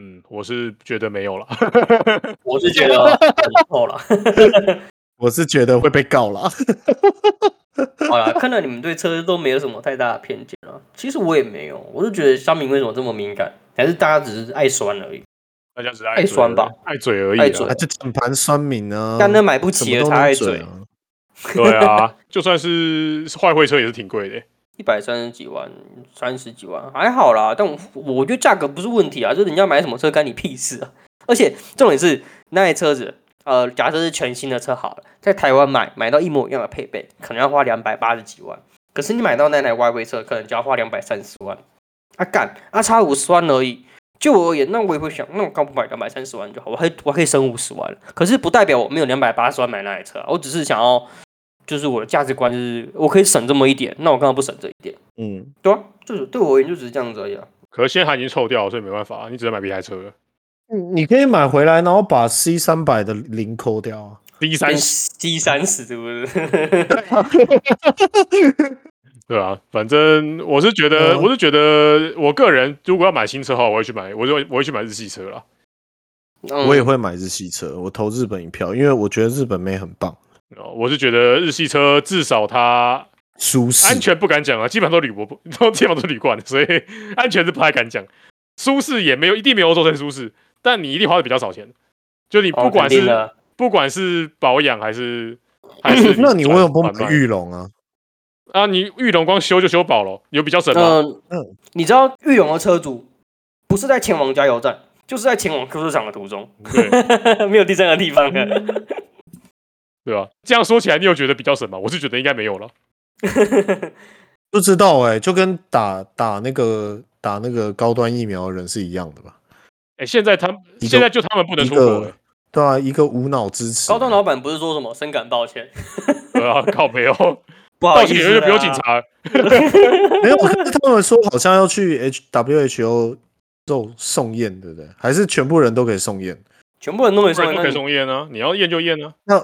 C: 嗯，我是觉得没有了。
A: 我是觉得很臭了。
B: 我是觉得会被告啦。
A: 好了，看到你们对车都没有什么太大的偏见了。其实我也没有，我是觉得乡民为什么这么敏感，还是大家只是爱酸而已。
B: 嗯
C: 大家只是
A: 爱
C: 爱嘴
A: 酸吧
C: 而已，啊爱嘴而已
A: 爱
C: 啊。
A: 嘴
B: 啊，就键盘酸民啊，
A: 但那买不
B: 什
A: 起
B: 么
A: 的
B: 都
A: 才
B: 能
A: 爱
B: 嘴
A: 嘴，
B: 啊。
C: 对啊，就算是坏会车也是挺贵的欸、
A: 一百三十几万、三十几万还好啦。但我我觉得价格不是问题啊，就是人家买什么车干你屁事啊。 而且重点是那台车子，呃，假设是全新的车好了，在台湾买买到一模一样的配备，可能要花两百八十几万。可是你买到那台 YV 车，可能就要花两百三十万。啊干，啊差五十万而已。就我而言，那我也会想，那我干不买两百三十万就好，我还我还可以省五十万。可是不代表我没有两百八十万买那台车啊，我只是想要，就是我的价值观就是我可以省这么一点，那我干嘛不省这一点？
B: 嗯，
A: 对啊，就是对我而言就只是这样子而已啊。
C: 可是现在它已经臭掉了，所以没办法，啊你只能买别台车了。
B: 嗯你你可以买回来，然后把 C 三百的零抠掉啊。
C: 低三
A: 跟 C 三十是不是？
C: 对啊，反正我是觉得，
B: 嗯
C: 我是觉得，我个人如果要买新车的话，我会去买，我就我会去买日系车啦。
A: 嗯
B: 我也会买日系车，我投日本一票，因为我觉得日本妹很棒，
C: 哦，我是觉得日系车至少它
B: 舒适。
C: 安全不敢讲啊，基本上都铝箔， 都基本上都铝罐的，所以安全是不太敢讲。舒适也没有，一定没有欧洲车舒适，但你一定花的比较少钱。就你
A: 哦
C: 不管
A: 肯定
C: 是、
A: 的
C: 不管是保养还是还是
B: 那你为什么不
C: 转
B: 买
C: 卖
B: 玉龙啊？
C: 啊？你玉龙光修就修饱了，有比较省吗？
A: 嗯
B: 嗯
A: 你知道玉龙的车主不是在前往加油站，就是在前往科市场的途中，
C: 对
A: 没有第三个地方了。
C: 对吧、这样说起来，你有觉得比较省吗？我是觉得应该没有了。
B: 不知道哎、就跟打打那个打那个高端疫苗的人是一样的吧？
C: 哎、现在他们
B: 一个
C: 现在就他们不能
B: 一
C: 出国了、
B: 个对啊，一个无脑支持。
A: 高端老板不是说什么深感抱歉，
C: 对啊，靠没有，
A: 不好
C: 道
A: 意思啊
C: 歉就
A: 啦，
C: 不用警察。
B: 没有，可是他们说好像要去 H W H O 送送宴，对不对？还是全部人都可以送宴？
A: 全部人都没
C: 不
A: 送
C: 然不可以
A: 人，
C: 送验啊！你要验就验啊！
B: 那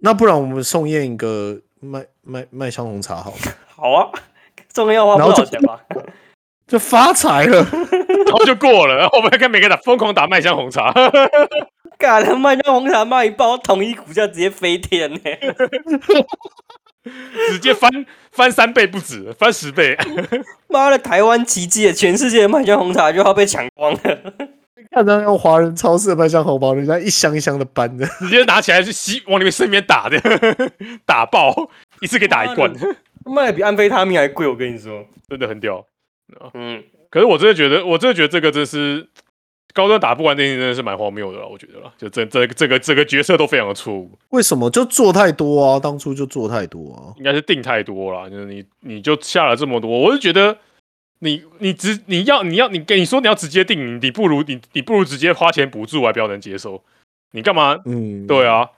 B: 那不然我们送宴一个麦麦麦香红茶好了，
A: 好啊，送人要花
B: 然
A: 不
B: 后
A: 少
B: 就
A: 钱吧？
B: 就发财了。
C: 然后就过了，然后我们跟每个打疯狂打麦香红茶，
A: 干他卖家红茶卖一包，统一股价直接飞天呢、
C: 直接翻翻三倍不止，翻十倍。
A: 妈的，台湾奇迹，全世界的麦香红茶就要被抢光了。
B: 看到用华人超市的麦香红包，人家一箱一箱的搬的，
C: 直接拿起来去吸，往里面身边打的，打爆，一次给打一罐
A: 妈，卖的比安非他命还贵，我跟你说。
C: 真的很屌。
A: 嗯，
C: 可是我真的觉得，我真的觉得这个真是高端打不完，这件事真的是蛮荒谬的了。我觉得啦，就这这这个这个决策都非常的错误，
B: 为什么就做太多啊？当初就做太多啊。
C: 应该是定太多了。就是你你就下了这么多，我是觉得你你直你要你要你跟你说你要直接定，你你不如你你不如直接花钱补助，我还比较能接受。你干嘛
B: 嗯，
C: 对，啊，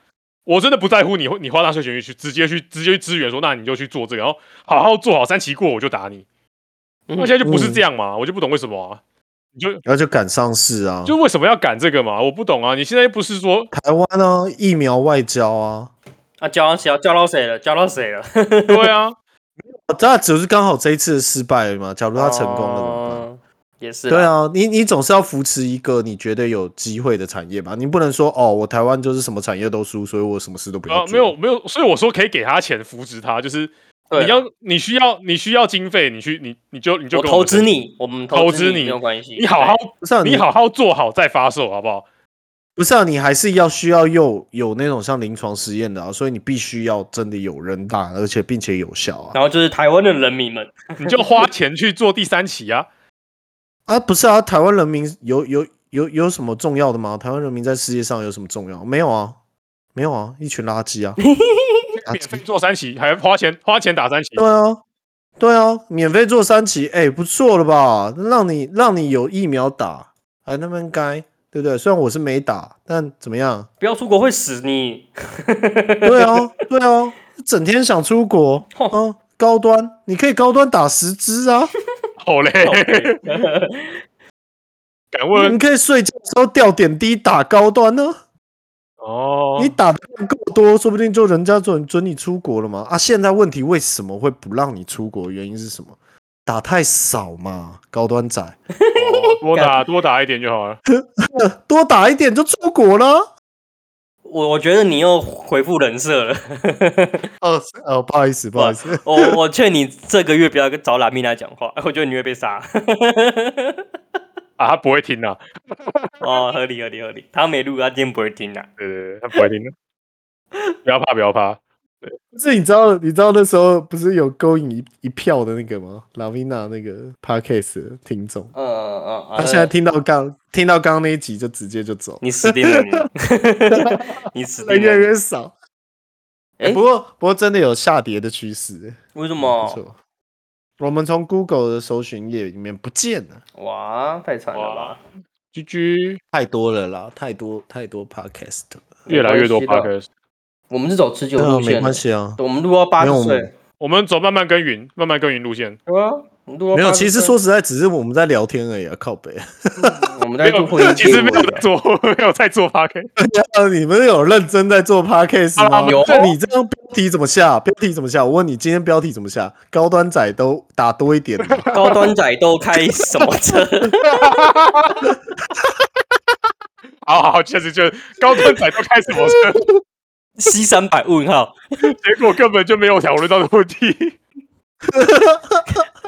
C: 我真的不在乎你，你花纳税钱去直接去直接去支援说，那你就去做这个，然后好好做好三期过，我就打你。那
A: 嗯
C: 现在就不是这样嘛，我就不懂为什么啊，你就
B: 然后就赶上市啊，
C: 就为什么要赶这个嘛，我不懂啊。你现在又不是说
B: 台湾啊，疫苗外交啊，
A: 啊，交交交到谁了？交到谁了？
C: 对啊，
B: 这哦只是刚好这一次的失败而已嘛。假如他成功了怎么办？
A: 哦也是啦
B: 对，啊，你你总是要扶持一个你觉得有机会的产业吧？你不能说哦，我台湾就是什么产业都输，所以我什么事都 不
C: 啊
B: 要做。
C: 没有没有，所以我说可以给他钱扶持他，就是
A: 对啊
C: 你要你需要你需要经费，你去你你就你就
A: 我
C: 跟我
A: 投
C: 们
A: 资
C: 申请，
A: 你，我们
C: 投
A: 资
C: 资你
A: 没有关系。
C: 你好好
B: 不是、啊、
C: 你，好好做好再发售好不 好？
B: 不是啊，你还是要需要有有那种像临床实验的啊，所以你必须要真的有人打，而且并且有效啊。
A: 然后就是台湾的人民们，
C: 你就花钱去做第三期 啊，
B: 啊，不是啊，台湾人民有有有有什么重要的吗？台湾人民在世界上有什么重要？没有啊，没有啊，一群垃 圾啊。垃
C: 免
B: 圾
C: 费做三期，还花钱花钱打 三期，
A: 哦
B: 对啊，对啊，免费做三期，哎、不错了吧？让你让你有疫苗打，还那么应该，对不对？虽然我是没打，但怎么样？
A: 不要出国会死 你。
B: 对啊，对啊，整天想出国，嗯，高端，你可以高端打十支啊，
C: 好嘞，
A: 哦
C: 敢问
B: 你可以睡觉的时候掉点滴打高端呢、
C: 哦
B: 你打的够多，说不定就人家准准你出国了嘛。啊，现在问题为什么会不让你出国？原因是什么？打太少嘛，高端仔，
C: 哦多打多打一点就好了。
B: 多打一点就出国了。啊
A: 我我觉得你又回复人设了。
B: 哦是哦，不好意思，不好意思，
A: 我我劝你这个月不要跟找拉米娜讲话，我觉得你会被杀。
C: 啊，他不会听的、啊，
A: 哦，合理合理合理，他没录，他今天不会听的。
C: 对对对，他不会 听的、啊不要怕，不要怕，
B: 不是你知道，你知道那时候不是有勾引一一票的那个吗？拉维娜那个 podcast 的听众，
A: 嗯嗯嗯，啊
B: 他现在听到刚听到刚刚那一集就直接就走，
A: 你死定 了你， 你死
B: 人
A: 定
B: 越来
A: 了。
B: 越少。
A: 哎、
B: 不过不过真的有下跌的趋势，
A: 为什
B: 不
A: 么？
B: 错。我们从 Google 的搜寻页里面不见了，
A: 哇，太惨了吧！
C: 居居
B: 太多了啦，太多太多 podcast 了。
C: 越来越多
A: 没关系
C: podcast，
A: 我们是走持久
B: 对啊，
A: 路线的，
B: 没关系啊，
A: 我们录到八
B: 没有
A: 十
B: 我
A: 岁
B: 们，
C: 我们走慢慢耕耘，慢慢耕耘路线，
A: 对啊，你录到
B: 没有，
A: 八十
B: 其实
A: 分
B: 说实在，只是我们在聊天而已啊，靠北。
A: 我们在
C: 没
A: 做
C: 有
A: 会议
C: 其实
A: 记录
C: 没有在
A: 的，
C: 做， 没有在做 p a r k
B: 你们有认真在做 podcast
C: 啊
B: 吗？
A: 有
B: 那你这样标题怎么下？标题怎么下？我问你，今天标题怎么下？高端仔都打多一 点吗，
A: 高端仔都开什么车？
C: 好好好，确实就高端仔都开什么车，
A: C 三百问 号，
C: 结果根本就没有讨论到的问题。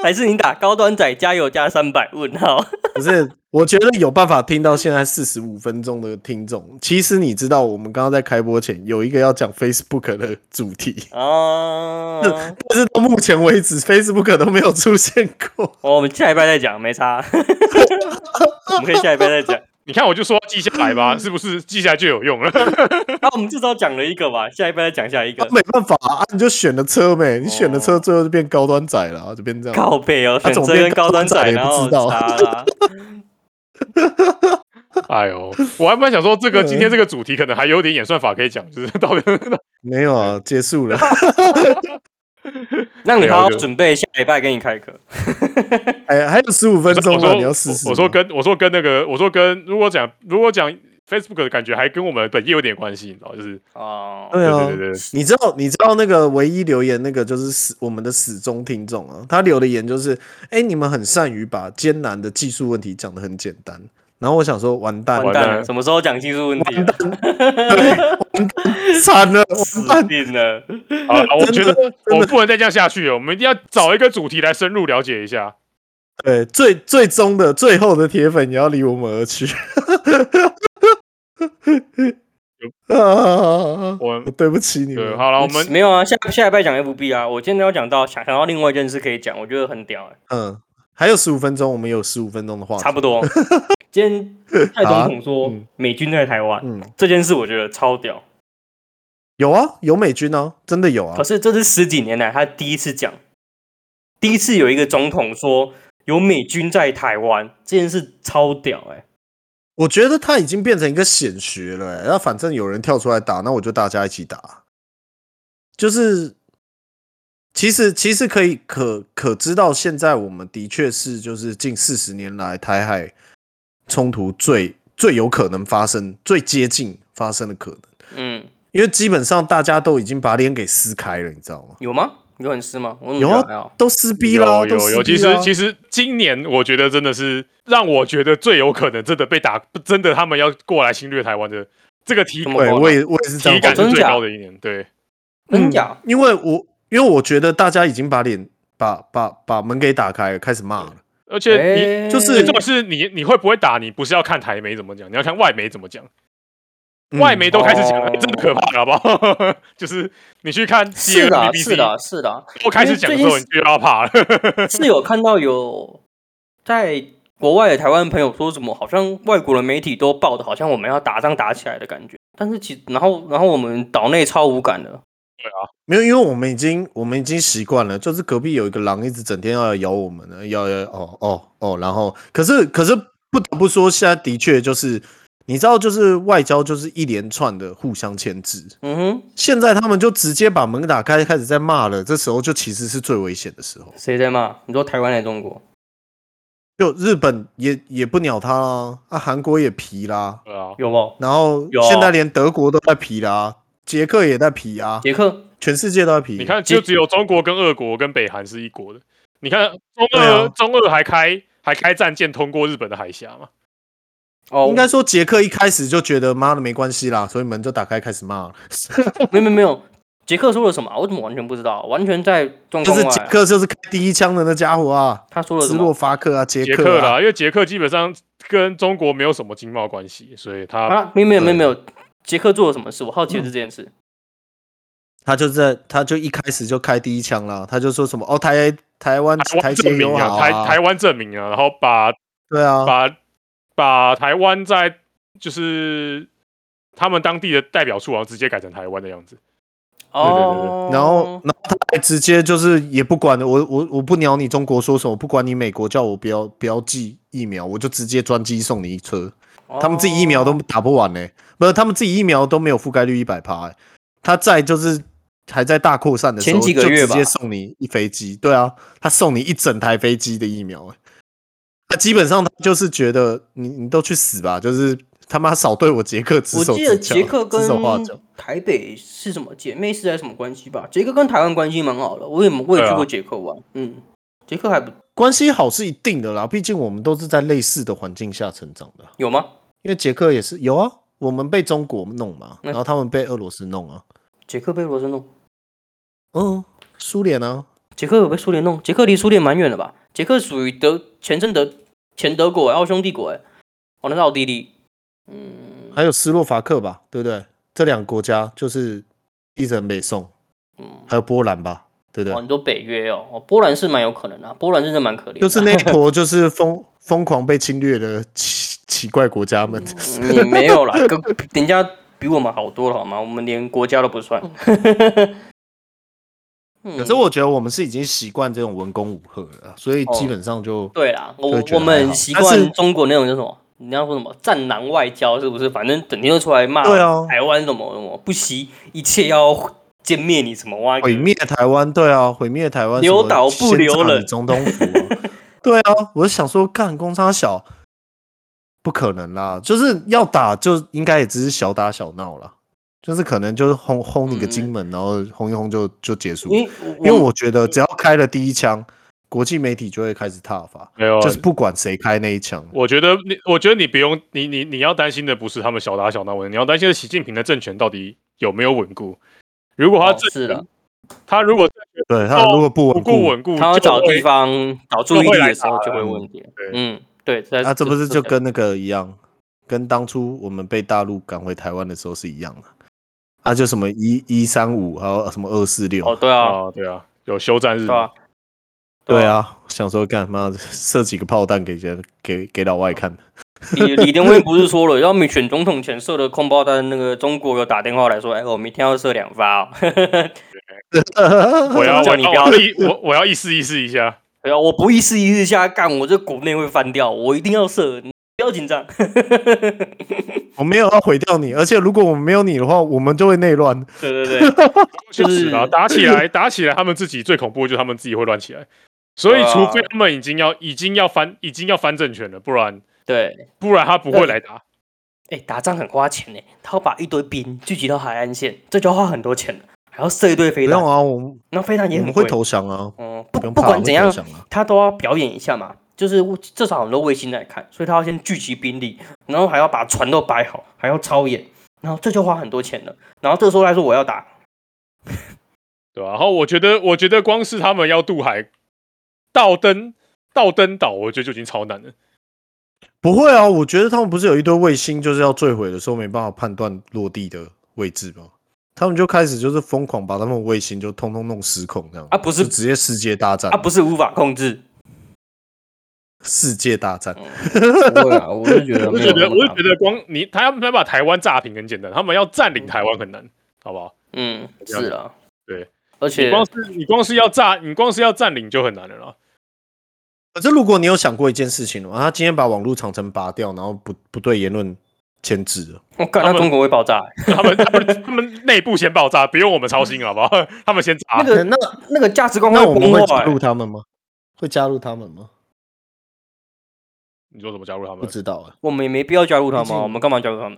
A: 还是你打高端仔加油加三百问号？
B: 不是？我觉得有办法听到现在四十五分钟的听众，其实你知道，我们刚刚在开播前有一个要讲 Facebook 的主题，
A: 哦，
B: 但是到目前为止，Facebook 都没有出现 过。
A: 哦我们下一拜再讲，没差。我们可以下一拜再讲。
C: 你看，我就说记下来吧，是不是记下来就有用了？
A: 啊，我们至少讲了一个吧，下一拜再讲下一
B: 啊
A: 个。
B: 没办法啊，你就选了车没？你选了
A: 哦
B: 车，最后就变高端仔了啊，就变这样。
A: 靠背哦，
B: 他
A: 选
B: 总
A: 择
B: 编
A: 跟高端仔，
B: 高端仔也
A: 然
B: 不
A: 后
B: 知道
A: 差 啦。
C: 哎呦，我还本来想说，这个今天这个主题可能还有点演算法可以讲，就是到底
B: 没有啊，结束了。
A: 让你好好
C: 了解
A: 准备下一拜给你开课。
B: 哎，还有十五分钟
C: 我
B: 了，
C: 说
B: 你要试啊试吗。
C: 我我说跟我说跟那个我说跟如果讲如果讲 Facebook 的感觉还跟我们本业有点关系，你知道就是
A: 哦，
B: 对啊，
C: 对对对
B: 你知道你知道那个唯一留言那个就是始我们的始终听众啊，他留的言就是，哎、你们很善于把艰难的技术问题讲得很简单，然后我想说，完蛋，
A: 完
C: 完
A: 蛋
C: 蛋
A: 了，
C: 了
A: 什么时候讲技术问题啊？
B: 惨了，完
A: 死
B: 蛋，
A: 定了！
C: 对好了，我觉
B: 真的
C: 得我不能再这样下去了，我们一定要找一个主题来深入了解一下。
B: 对，最最终的最后的铁粉也要离我们而 去。啊！
C: 我
B: 我对不起你
C: 对，
B: 们，
C: 好了，我们
A: 没有啊，下下一拜讲 FB 啊，我今天要讲到想想到另外一件事可以讲，我觉得很屌哎、
B: 嗯，还有十五分钟，我们有十五分钟的话题，
A: 差不多。 今天蔡总统说
B: 嗯
A: 美军在台湾、
B: 嗯，
A: 这件事，我觉得超屌。
B: 有啊，有美军啊，真的有啊
A: 可，是这是十几年来他第一次讲，第一次有一个总统说有美军在台湾，这件事超屌哎、
B: 我觉得他已经变成一个显学了欸、那反正有人跳出来打，那我就大家一起打。就是，其实其实可以可可知道，现在我们的确是就是近四十年来台海冲突最最有可能发生、最接近发生的可能，
A: 嗯，
B: 因为基本上大家都已经把脸给撕开了，你知道吗？
A: 有吗？有很湿吗？我怎么
B: 有
A: 觉得还
B: 啊
A: 好，
B: 都撕逼啊啦，
C: 嗯有有有，其实其
B: 实
C: 实今年我觉得真的是让我觉得最有可能真的被打，真的他们要过来侵略台湾的这个体
A: 这么哦
B: 对我也我也是这样
C: 体感
B: 觉得
C: 是
A: 真
C: 最
A: 假
C: 高的一年，对，
A: 真假？
B: 嗯因为我因为我觉得大家已经把脸把把把门给打开了，开始骂了。
C: 而且你
A: 哎
B: 就是
C: 最重要是你你会不会打？你不是要看台媒怎么讲，你要看外媒怎么讲。
B: 嗯
C: 嗯外媒都开始讲了，哎
A: 哦
C: 真的可怕了，好不好？ 就是你去看 C
A: 是
C: N
A: 的
C: B
A: 啊，
C: B
A: 是
C: C，
A: 的啊，是的啊，
C: 都开始讲的时候，你就要怕了。
A: 是有看到有在国外的台湾朋友说什么，好像外国的媒体都报的，好像我们要打仗打起来的感觉。但是其然后然后我们岛内超无感的，
B: 没有，因为我们已经我们已经习惯了，就是隔壁有一个狼一直整天要来咬我们呢，咬咬哦哦哦，然后可是可是不得不说，现在的确就是你知道，就是外交就是一连串的互相牵制。
A: 嗯哼，
B: 现在他们就直接把门打开，开始在骂了，这时候就其实是最危险的时候。
A: 谁在骂？你说台湾还是中国？
B: 就日本也也不鸟他啦，啊，韩国也皮啦，
C: 对啊，
A: 有不？
B: 然后
A: 有
B: 现在连德国都在皮啦，捷克也在皮啊，
A: 杰克，
B: 全世界都在皮。
C: 你看，就只有中国跟俄国跟北韩是一国的。你看中俄
B: 对啊
C: 中俄还开还开战舰通过日本的海峡嘛？
A: 哦，
B: 应该说杰克一开始就觉得妈的没关系啦，所以门就打开开始骂了。
A: 没有没有没有，杰克说了什么啊？我怎么完全不知道？完全在状
B: 就
A: 况
B: 是
A: 外
B: 杰
A: 啊。
B: 克就是开第一枪的那家伙啊，
A: 他说了什
B: 斯洛
A: 么？
B: 伐克啊，捷
C: 捷
B: 克
C: 克
B: 啊，
C: 啦，因为捷克基本上跟中国没有什么经贸关系，所以他
A: 啊，没有没有没有没有，杰克做了什么事？我好奇的是这件事。
B: 他就在他就一开始就开第一枪啦，他就说什么哦台台湾
C: 台湾
B: 台
C: 证
B: 协
C: 明
B: 友好
C: 啊，台台哦湾证明啊，然后把
B: 对啊，
C: 把把台湾在就是他们当地的代表处，然后直接改成台湾的样子。对对对
A: 哦，
B: 然后然后他还直接就是也不管我我我不鸟你中国说什么，不管你美国叫我不要不要寄疫苗，我就直接专机送你一车。他们自己疫欸苗都打不完呢、不是他们自己疫苗都没有覆盖率一百趴，他再就是还在大扩散的时候，
A: 前几个月
B: 就直接
A: 吧
B: 送你一飞机，对啊，他送你一整台飞机的疫苗、欸，他基本上他就是觉得你你都去死吧，就是他妈少对我捷克指
A: 我
B: 手
A: 记得
B: 指脚，
A: 捷克跟
B: 指手画脚，
A: 台北是什么姐妹市还是什么关系吧？捷克跟台湾关系蛮好的，我也我也
C: 对啊
A: 去过捷克玩，嗯，捷克还不
B: 关系好是一定的啦，毕竟我们都是在类似的环境下成长的啊，
A: 有吗？
B: 因为捷克也是有啊，我们被中国弄嘛，
A: 嗯
B: 然后他们被俄罗斯弄啊，
A: 捷克被罗森弄，
B: 嗯，苏联啊，
A: 捷克有被苏联弄，捷克离苏联蛮远的吧？捷克属于德前阵德前德国、奥匈帝国，哎，哦，那是奥地利，嗯
B: 还有斯洛伐克吧，对不对？这两个国家就是一直很北宋，
A: 嗯，
B: 还有波兰吧，对不
A: 哦，
B: 对？
A: 你说北约哦，哦波兰是蛮有可能的、啊，波兰真的蛮可怜的，
B: 就是那一坨就是疯疯狂被侵略的奇奇怪国家们，
A: 你嗯没有啦，跟人家比我们好多了好吗？我们连国家都不算。嗯
B: 可是我觉得我们是已经习惯这种文攻武吓了，所以基本上就、
A: 对啦，我
B: 对觉得
A: 我们
B: 还好
A: 很习
B: 但是
A: 惯中国那种叫什么？你要说什么战狼外交是不是？反正整天都出来骂
B: 对啊
A: 台湾什么什么，不惜一切要歼灭你什么哇？
B: 毁哦灭台湾，对啊，毁灭台湾，
A: 留岛不留
B: 先炸
A: 人
B: 你总统府啊、对啊，我想说干公差小，不可能啦，就是要打就应该也只是小打小闹啦，就是可能就是轰轰你个
A: 嗯
B: 金门，然后轰一轰就就结束了，
A: 因为
B: 因为我觉得只要开了第一枪，国际媒体就会开始挞伐，
C: 没有啊，
B: 就是不管谁开那一枪，
C: 我觉得你，我觉得你不用，你你你要担心的不是他们小打小闹问题，你要担心的是习近平的政权到底有没有稳固。如果他
A: 哦
C: 政
A: 是的，
C: 他如果政权
B: 对他如果不
A: 哦
C: 不
B: 稳
C: 够
B: 固，
C: 稳固，
A: 他要
C: 就
A: 找
C: 会
A: 地方找注意
C: 就会
A: 力
C: 来
A: 的时候
C: 打
A: 就
C: 了
A: 会有问题了
C: 对。
A: 嗯，对，这
B: 啊那、这不是就
A: 这
B: 跟那个一样，跟当初我们被大陆赶回台湾的时候是一样的，啊，就什么一一三五，还有什么二四
A: 哦
B: 六，
A: 对啊
C: 啊，对啊，有休战日
A: 对啊
C: 嘛，
B: 对啊，想说干妈的射几个炮弹给人给给老外 看，
A: 啊李李登辉不是说了，要美选总统前射的空包弹，那个中国有打电话来说，哎，我明天要射两发、哦。
C: 我要
A: 叫
C: 我
A: 你
C: 要
A: 不要
C: 我要意我我要意思意思一下，
A: 哎呀，我不一试一试下干，我这国内会翻掉，我一定要射，你不要紧张。
B: 我没有要毁掉你，而且如果我们没有你的话，我们就会内乱。
A: 对对对，就是
C: 啊，打起 来打起来，他们自己最恐怖的就是他们自己会乱起来，所以
A: 对啊
C: 除非他们已经要已经要翻已经要翻政权了，不然
A: 对，
C: 不然他不会来打。
A: 哎、打仗很花钱呢，他要把一堆兵聚集到海岸线，这就要花很多钱了，还要射一堆
B: 不
A: 飞弹
B: 用，啊，我们
A: 那飞弹
B: 我
A: 也
B: 们
A: 很
B: 会
A: 贵。
B: 投降啊，
A: 嗯，不
B: 不用
A: 不
B: 怕，我
A: 管
B: 们
A: 怎
B: 会投
A: 样，
B: 降啊。
A: 他都要表演一下嘛，就是至少很多卫星来看，所以他要先聚集兵力，然后还要把船都摆好，还要操演，然后这就花很多钱了。然后这时候来说我要打，
C: 对吧、然后我觉得，我觉得光是他们要渡海到登到登岛，我觉得就已经超难了。
B: 不会啊，我觉得他们不是有一堆卫星，就是要坠毁的时候没办法判断落地的位置吗？他们就开始就是疯狂把他们卫星就通通弄失控这样
A: 啊不是
B: 就直接世界大战
A: 啊他、不是无法控制。嗯
B: 世界大 战，
A: 不会啊，我是 觉得
C: 我就觉得，我就觉得光你他们把台湾炸平很简单，他们要占领台湾很难，好不好？
A: 嗯，
C: 这样
A: 是啊，
C: 对，
A: 而
C: 你
A: 且
C: 光是你光是要炸，你光是要占领就很难了啦。
B: 可是如果你有想过一件事情吗？他今天把网络长城拔掉，然后不不对言论牵制了，
A: 我感
C: 他
A: 到
C: 们
A: 中国会爆炸欸、
C: 他们他 们他们内部先爆炸，不用我们操心，好不好？他们先炸
A: 那。个那那个价值观
B: 那我们
A: 崩
B: 会
A: 坏
B: 加
A: 欸、
B: 入他们吗？会加入他们吗？
C: 你说怎么加入他
B: 不
C: 们？
B: 知道啊。
A: 我们也没必要加入他
B: 毕
A: 们
B: 竟
A: 啊，我们干嘛加入他们？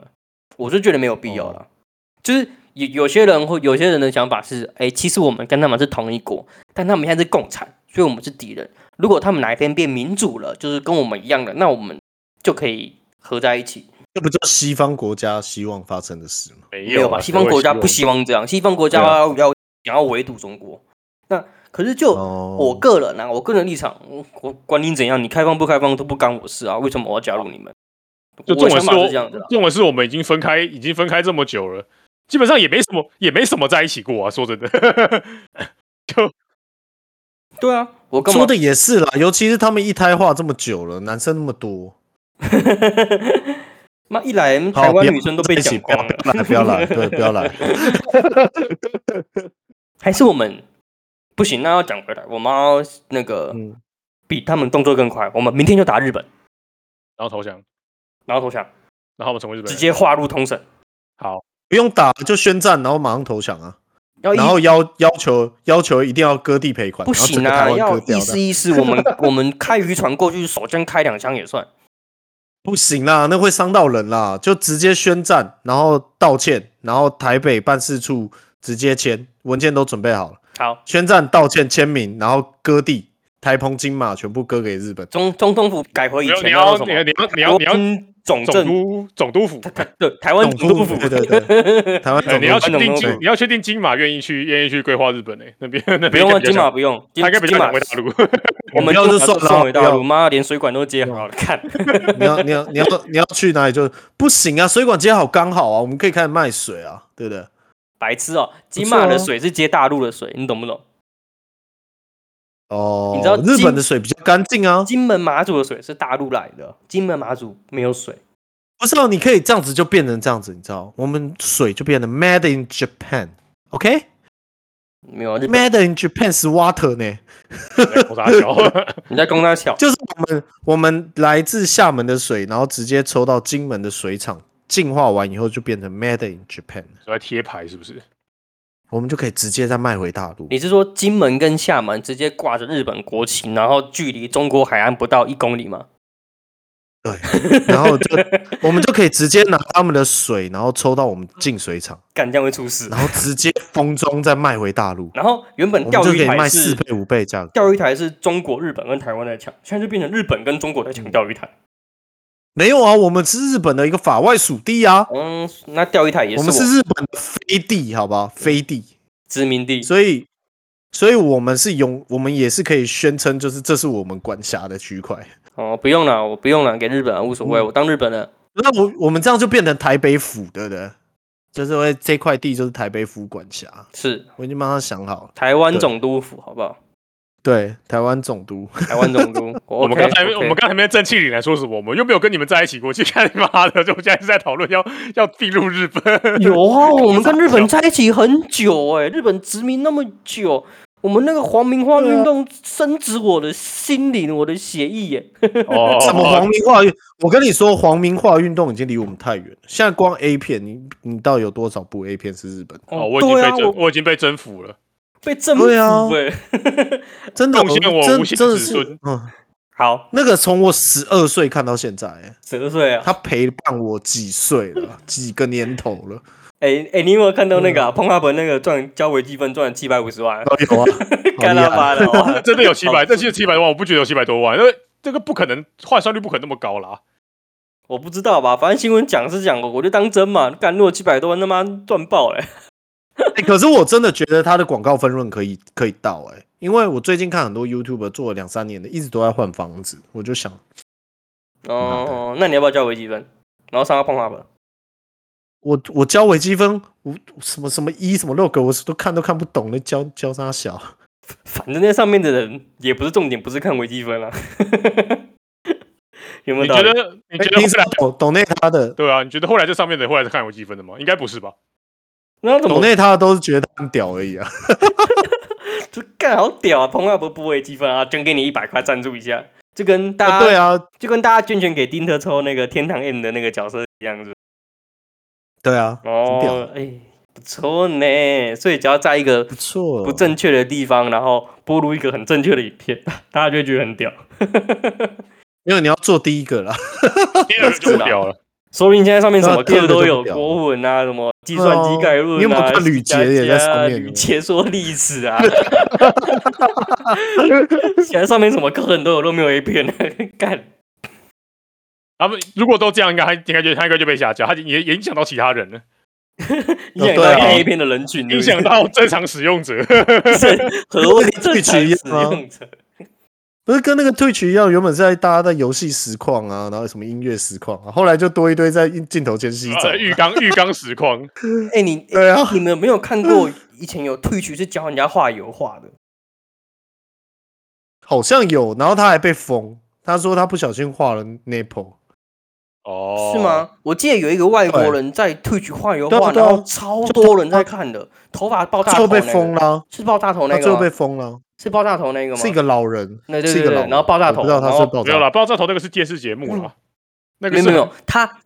A: 我是觉得没有必
C: 哦
A: 要了。就是有有些人会有些人的想法是，哎、其实我们跟他们是同一国，但他们现在是共产，所以我们是敌人。如果他们哪一天变民主了，就是跟我们一样的，那我们就可以合在一起。
B: 这不就西方国家希望发生的事吗？
C: 没
A: 没有吧？
C: 啊
A: 西方国家不
C: 希
A: 希望这样，西方国家
B: 对啊
A: 要要想要围堵中国。那可是就
B: 哦
A: 我个人啊，我个人立场，我我管你怎样，你开放不开放都不干我事啊，为什么我要加入你们？
C: 就
A: 我
C: 中
A: 想
C: 文是
A: 法
C: 我
A: 是这样子啊，
C: 中文是我们已经分开，已经分开这么久了，基本上也没什么，也没什么在一起过啊。说真的，
A: 对啊，我干
B: 哦
A: 嘛
B: 说的也是啦，尤其是他们一胎化这么久了，男生那么多，
A: 妈一来
B: 好
A: 台湾
B: 别
A: 女生都被
B: 在一起
A: 讲光了，
B: 不要不要来，不要来，对，不要来。
A: 还是我们不行？那要讲回来，我们要那个
B: 嗯，
A: 比他们动作更快，我们明天就打日本，
C: 然后投降，
A: 然后投降，
C: 然后我们成为日本
A: 直
C: 人。
A: 接划入通省。
C: 好，
B: 不用打就宣战，然后马上投降啊！
A: 要
B: 然后
A: 哦一
B: 要要求要求一定要割地赔款，
A: 不
B: 然后整
A: 行
B: 个
A: 啊，
B: 台湾
A: 要
B: 割掉
A: 意
B: 的
A: 思意思，我们 我们开渔船过去，手枪开两枪也算。
B: 不行啦，那会伤到人啦，就直接宣战，然后道歉，然后台北办事处直接签，文件都准备好了，
A: 好，
B: 宣战、道歉、签名，然后割地，台澎金马全部割给日本。
A: 中中统府改回以
C: 你要
A: 前
C: 你
A: 那叫
C: 要
A: 什
C: 你
A: 么
C: 要？你要你要你
A: 国总
C: 要总
A: 政
C: 督总督府，
A: 对台湾
B: 总
A: 哦总督
B: 督
A: 府，
B: 对对 对，台湾
C: 哎
B: 总
C: 你
B: 督
C: 要
B: 府
C: 确定
A: 总督
C: 金
B: 府
C: 你要确定金马愿意去愿意去规划日本诶，那边那
A: 不
C: 边
A: 用啊，
C: 应该比较
A: 金马
C: 想
A: 不用，金
C: 他应该比较
A: 金
C: 想
A: 马
C: 回大陆。
A: 我们
B: 不要
A: 金
B: 就
A: 马
B: 算了啊
A: 送回大
B: 不
A: 陆，
B: 要
A: 妈连水管都接好了，看
B: 你要你要你要你要去哪里就不行啊，水管接好刚好啊，我们可以开始卖水啊，对不对？
A: 白痴哦，金
B: 错
A: 马的
B: 啊
A: 水是接大陆的水，你懂不懂？
B: 哦，
A: 你知道
B: 日
A: 金
B: 本的水比较干净啊，
A: 金门马祖的水是大陆来的，金门马祖没有水。
B: 不是哦，你可以这样子就变成这样子，你知道，我们水就变得 Made in Japan，OK？、
A: 没有啊，日本
B: Made in Japan's water 呢，
C: 我傻笑，
A: 你在攻他小，
B: 就是我们我们来自厦门的水，然后直接抽到金门的水厂，净化完以后就变成 Made in Japan，
C: 都在贴牌是不是？
B: 我们就可以直接再卖回大陆。
A: 你是说金门跟厦门直接挂着日本国旗，然后距离中国海岸不到一公里吗？
B: 对，然后就 我们就可以直接拿他们的水，然后抽到我们净水厂，
A: 干这样会出事。
B: 然后直接封装再卖回大陆，
A: 然后原本
B: 我们
A: 钓
B: 就可
A: 鱼
B: 以卖
A: 台
B: 四
A: 是
B: 倍五倍价格。
A: 钓鱼台是中国、日本跟台湾在抢，现在就变成日本跟中国在抢钓鱼台。
B: 没有啊，我们是日本的一个法外属地啊，
A: 嗯，那钓鱼台也是
B: 我们是日本的飞地，好不好？飞地，
A: 殖民地，
B: 所以，所以我们是永，我们也是可以宣称，就是这是我们管辖的区块。
A: 哦，不用了，我不用了，给日本啊无所谓，我当日本人。
B: 那我我们这样就变成台北府，对不对？就是会这块地就是台北府管辖，
A: 是
B: 我已经帮他想好了。
A: 台湾
B: 对
A: 总督府，好不好？
B: 对，台湾总督，
A: 台湾总督，
C: 我
A: 我
C: 们刚才我们刚才没正气凛来说什么，我们又没有跟你们在一起过，去看你妈的，就我们现在是在讨论要要并入日本。
A: 有啊，我们跟日本在一起很久哎、日本殖民那么久，我们那个黄明化运动深植我的心灵，我的血液耶、
C: 哦
B: 什么皇民化运？我跟你说，皇民化运动已经离我们太远了。现在光 A 片，你你到底有多少部 A 片是日本的？
C: 哦，我已经
A: 对
C: 被
A: 啊，
C: 征，
A: 我
C: 我已经被征服了。
A: 被征服
B: 对啊
A: 哎、
B: 真的，哦
C: 贡献我
B: 真
C: 无限
B: 真的
C: 子
B: 是
C: 孙，
B: 嗯，
A: 好，
B: 那个从我十二岁看到现在、欸
A: 十二岁啊，
B: 他陪伴我几岁了， 几个年头了，
A: 哎、哎、你有没有看到那个、啊、碰哈本那个赚交微积分赚了七百五十万？
B: 都 有啊，好
A: 干
B: 厉
A: 他
B: 害！
A: 妈的！哇
C: 真的有七百，但是七百万，我不觉得有七百多万，因为这个不可能换算率不可能那么高啦。
A: 我不知道吧，反正新闻讲是讲，我就当真嘛。干，如果七百多万，他妈赚爆嘞、
B: 欸可是我真的觉得他的广告分润可以可以到哎、因为我最近看很多 YouTube 做了两三年的，一直都在换房子，我就想
A: 哦，那你要不要交微积分？然后上到碰哈本，
B: 我我教微积分，我什么什么一什么六个，我都看都看不懂，那教教他小，
A: 反正那上面的人也不是重点，不是看微积分啦、啊 有没有
C: 你
A: 道
C: 觉
A: 理？
C: 得你
B: 欸
C: 觉得
B: 平
C: 后
B: 时
C: 来
B: 懂懂内他的，
C: 对啊？你觉得后来这上面的人后来是看微积分的吗？应该不 是吧？
A: 那怎
B: 懂
A: 么
B: 内他的都是觉得他很屌而已啊。
A: 就干好屌啊？彭阿伯不微积分啊，捐给你一百块赞助一下，就跟大家、
B: 对啊，
A: 就跟大家捐钱给丁特抽那个天堂 M 的那个角色一样，是不是
B: 对啊，很屌
A: 哦，哎、不错呢。所以只要在一个
B: 不错，
A: 不正确的地方，然后播入一个很正确的影片， 大家就会觉得很屌。
B: 因为你要做第一个啦。
C: 第二个就
A: 啊
C: 不屌了。
A: 说不定现在上面什么
B: 对啊
A: 课
B: 第
A: 都
B: 二
A: 有
B: 个就不屌了
A: 国文啊，什么计算机概论、啊
B: 你有没有看吕杰也在上面
A: 史家家吕杰说历史啊， 现在上面什么课很多有都没有 A 片了， 干
C: 他们如果都这样，应该他应该就他应该就被下架，他也也影响到其他人了，
A: 影响到
B: 对啊
A: 看 A 片的人群，
C: 影响到正常使用者。
A: 是何为正常使
B: 跟那个
A: 用者？
B: 不是跟那个退群一样，原本是在大家在游戏实况啊，然后什么音乐实况啊，后来就多一堆在镜头前洗澡
C: 呃。 浴缸浴缸实况，
A: 哎、你
B: 啊对啊，
A: 你们有没有看过以前有退群是教人家画油画的？
B: 好像有，然后他还被封，他说他不小心画了 nipple，
C: 哦，
A: 是？吗？我记得有一个外国人在 Twitch 画油
B: 对
A: 画，
B: 啊对啊
A: 然后超哦多
C: 啊
A: 人在看的，头发爆大
B: 最后
A: 头、那个，
B: 被封了啊，
A: 是爆大头那
B: 他
A: 个
B: 最后被
A: 吗？
B: 封了，
A: 是爆大头那个吗？
B: 是一个老人，
A: 对对
B: 是一个
A: 对
B: 老
A: 对，
B: 人，
A: 然后爆大
B: 我
A: 头，
B: 不知道他
A: 然
B: 是
A: 后
B: 爆
C: 没
B: 炸
C: 有啦，爆炸头那个是电视节目啦，那
A: 嗯没
C: 个
A: 有
C: 是
A: 没有没有他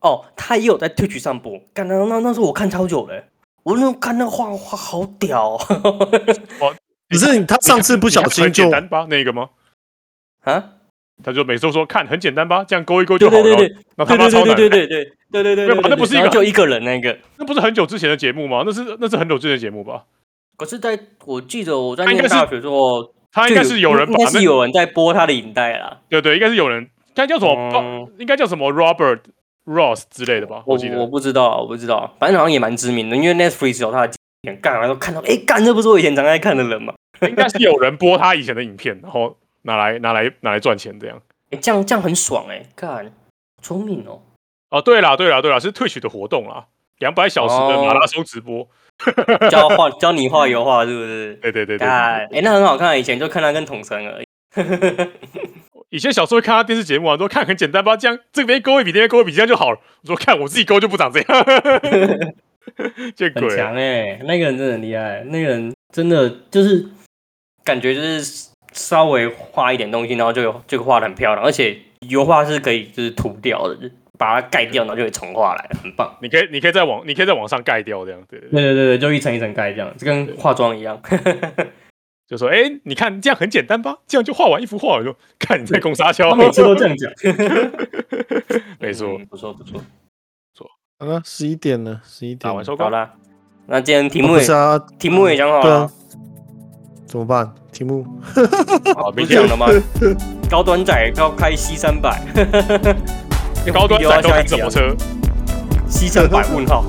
A: 哦，他也有在 Twitch 上播，干那那那时候我看超久嘞、我就看那个画画好屌、哦、
B: 可是他上次不小心
C: 很简
B: 就
C: 单吧那个吗？
A: 啊！
C: 他就每次都说看很简单吧，这样勾一勾就
A: 对
C: 好
A: 对
C: 了。
A: 对对
C: 那他妈
A: 对对
C: 超
A: 对
C: 难
A: 对对
C: 的，
A: 对对对对对
C: 没有
A: 对，
C: 那不是一个
A: 然后就一个人那个。
C: 那不是很久之前的节目吗？那是那是很久之前的节目吧？
A: 可是在我记得我在
C: 他应
A: 念
C: 该是
A: 大学之后，
C: 他应该是有人把
A: 应该
C: 那
A: 是有人在播他的影带啦。
C: 对对，应该是有人，他叫什么？
A: 嗯
C: 应该叫什么 Robert Ross 之类的吧？
A: 我
C: 记
A: 我
C: 得。
A: 不知道，我不知道，反正好像也蛮知名的，因为 Netflix 有他的点干，然后看到哎干，这不是我以前常爱看的人嘛？
C: 应该是有人播他以前的影片，然后拿来拿来拿来赚钱这样。
A: 哎，这样这样很爽哎，干，聪明哦。
C: 哦，对啦对啦对啦，是 Twitch 的活动啦，两百小时
A: 哦
C: 的马拉松直播。
A: 教画教你画油画是不是？
C: 对对对对对
A: 干，哎、那很好看，以前就看他跟统神 而已。
C: 以前小时候看他电视节目啊，都看很简单吧，这样这边勾一笔，那边勾一笔，这样就好了。我说看我自己勾就不长这 样，见
A: 很
C: 鬼啊！
A: 强哎、那个人真的很厉害，那个人真的就是感觉就是稍微画一点东西，然后就有就画的很漂亮，而且油画是可以就是涂掉的，就把它盖掉，然后就可以重画来，很棒。
C: 你可以，你可以在网，你可以在网上盖掉这样，对对对，
A: 对对对对，就一层一层盖这样，就跟化妆一样。
C: 就说哎、诶你看这样很简单吧，这样就画完一幅画，我就看你在攻沙丘
A: 他，哦每次都这样 讲，
C: 没错
A: 嗯，不错不错。
B: 啊，十一点了，十一点
C: 打完
B: 了。
C: 收
A: 好
C: 工，
A: 啦，那今啊天题
B: 啊
A: 目
B: 不
A: 也、
B: 是啊，
A: 题目也讲好
B: 对
A: 了
B: 啊，，怎么办？题目啊
C: 好，
A: 不
C: 明
A: 是
C: 天
A: 讲 了吗？高端仔要开 C 三百
C: 高端
A: 又要
C: 仔都
A: 下
C: 开
A: 一集
C: 什
A: 啊
C: 么车？
A: ，C 三百问号。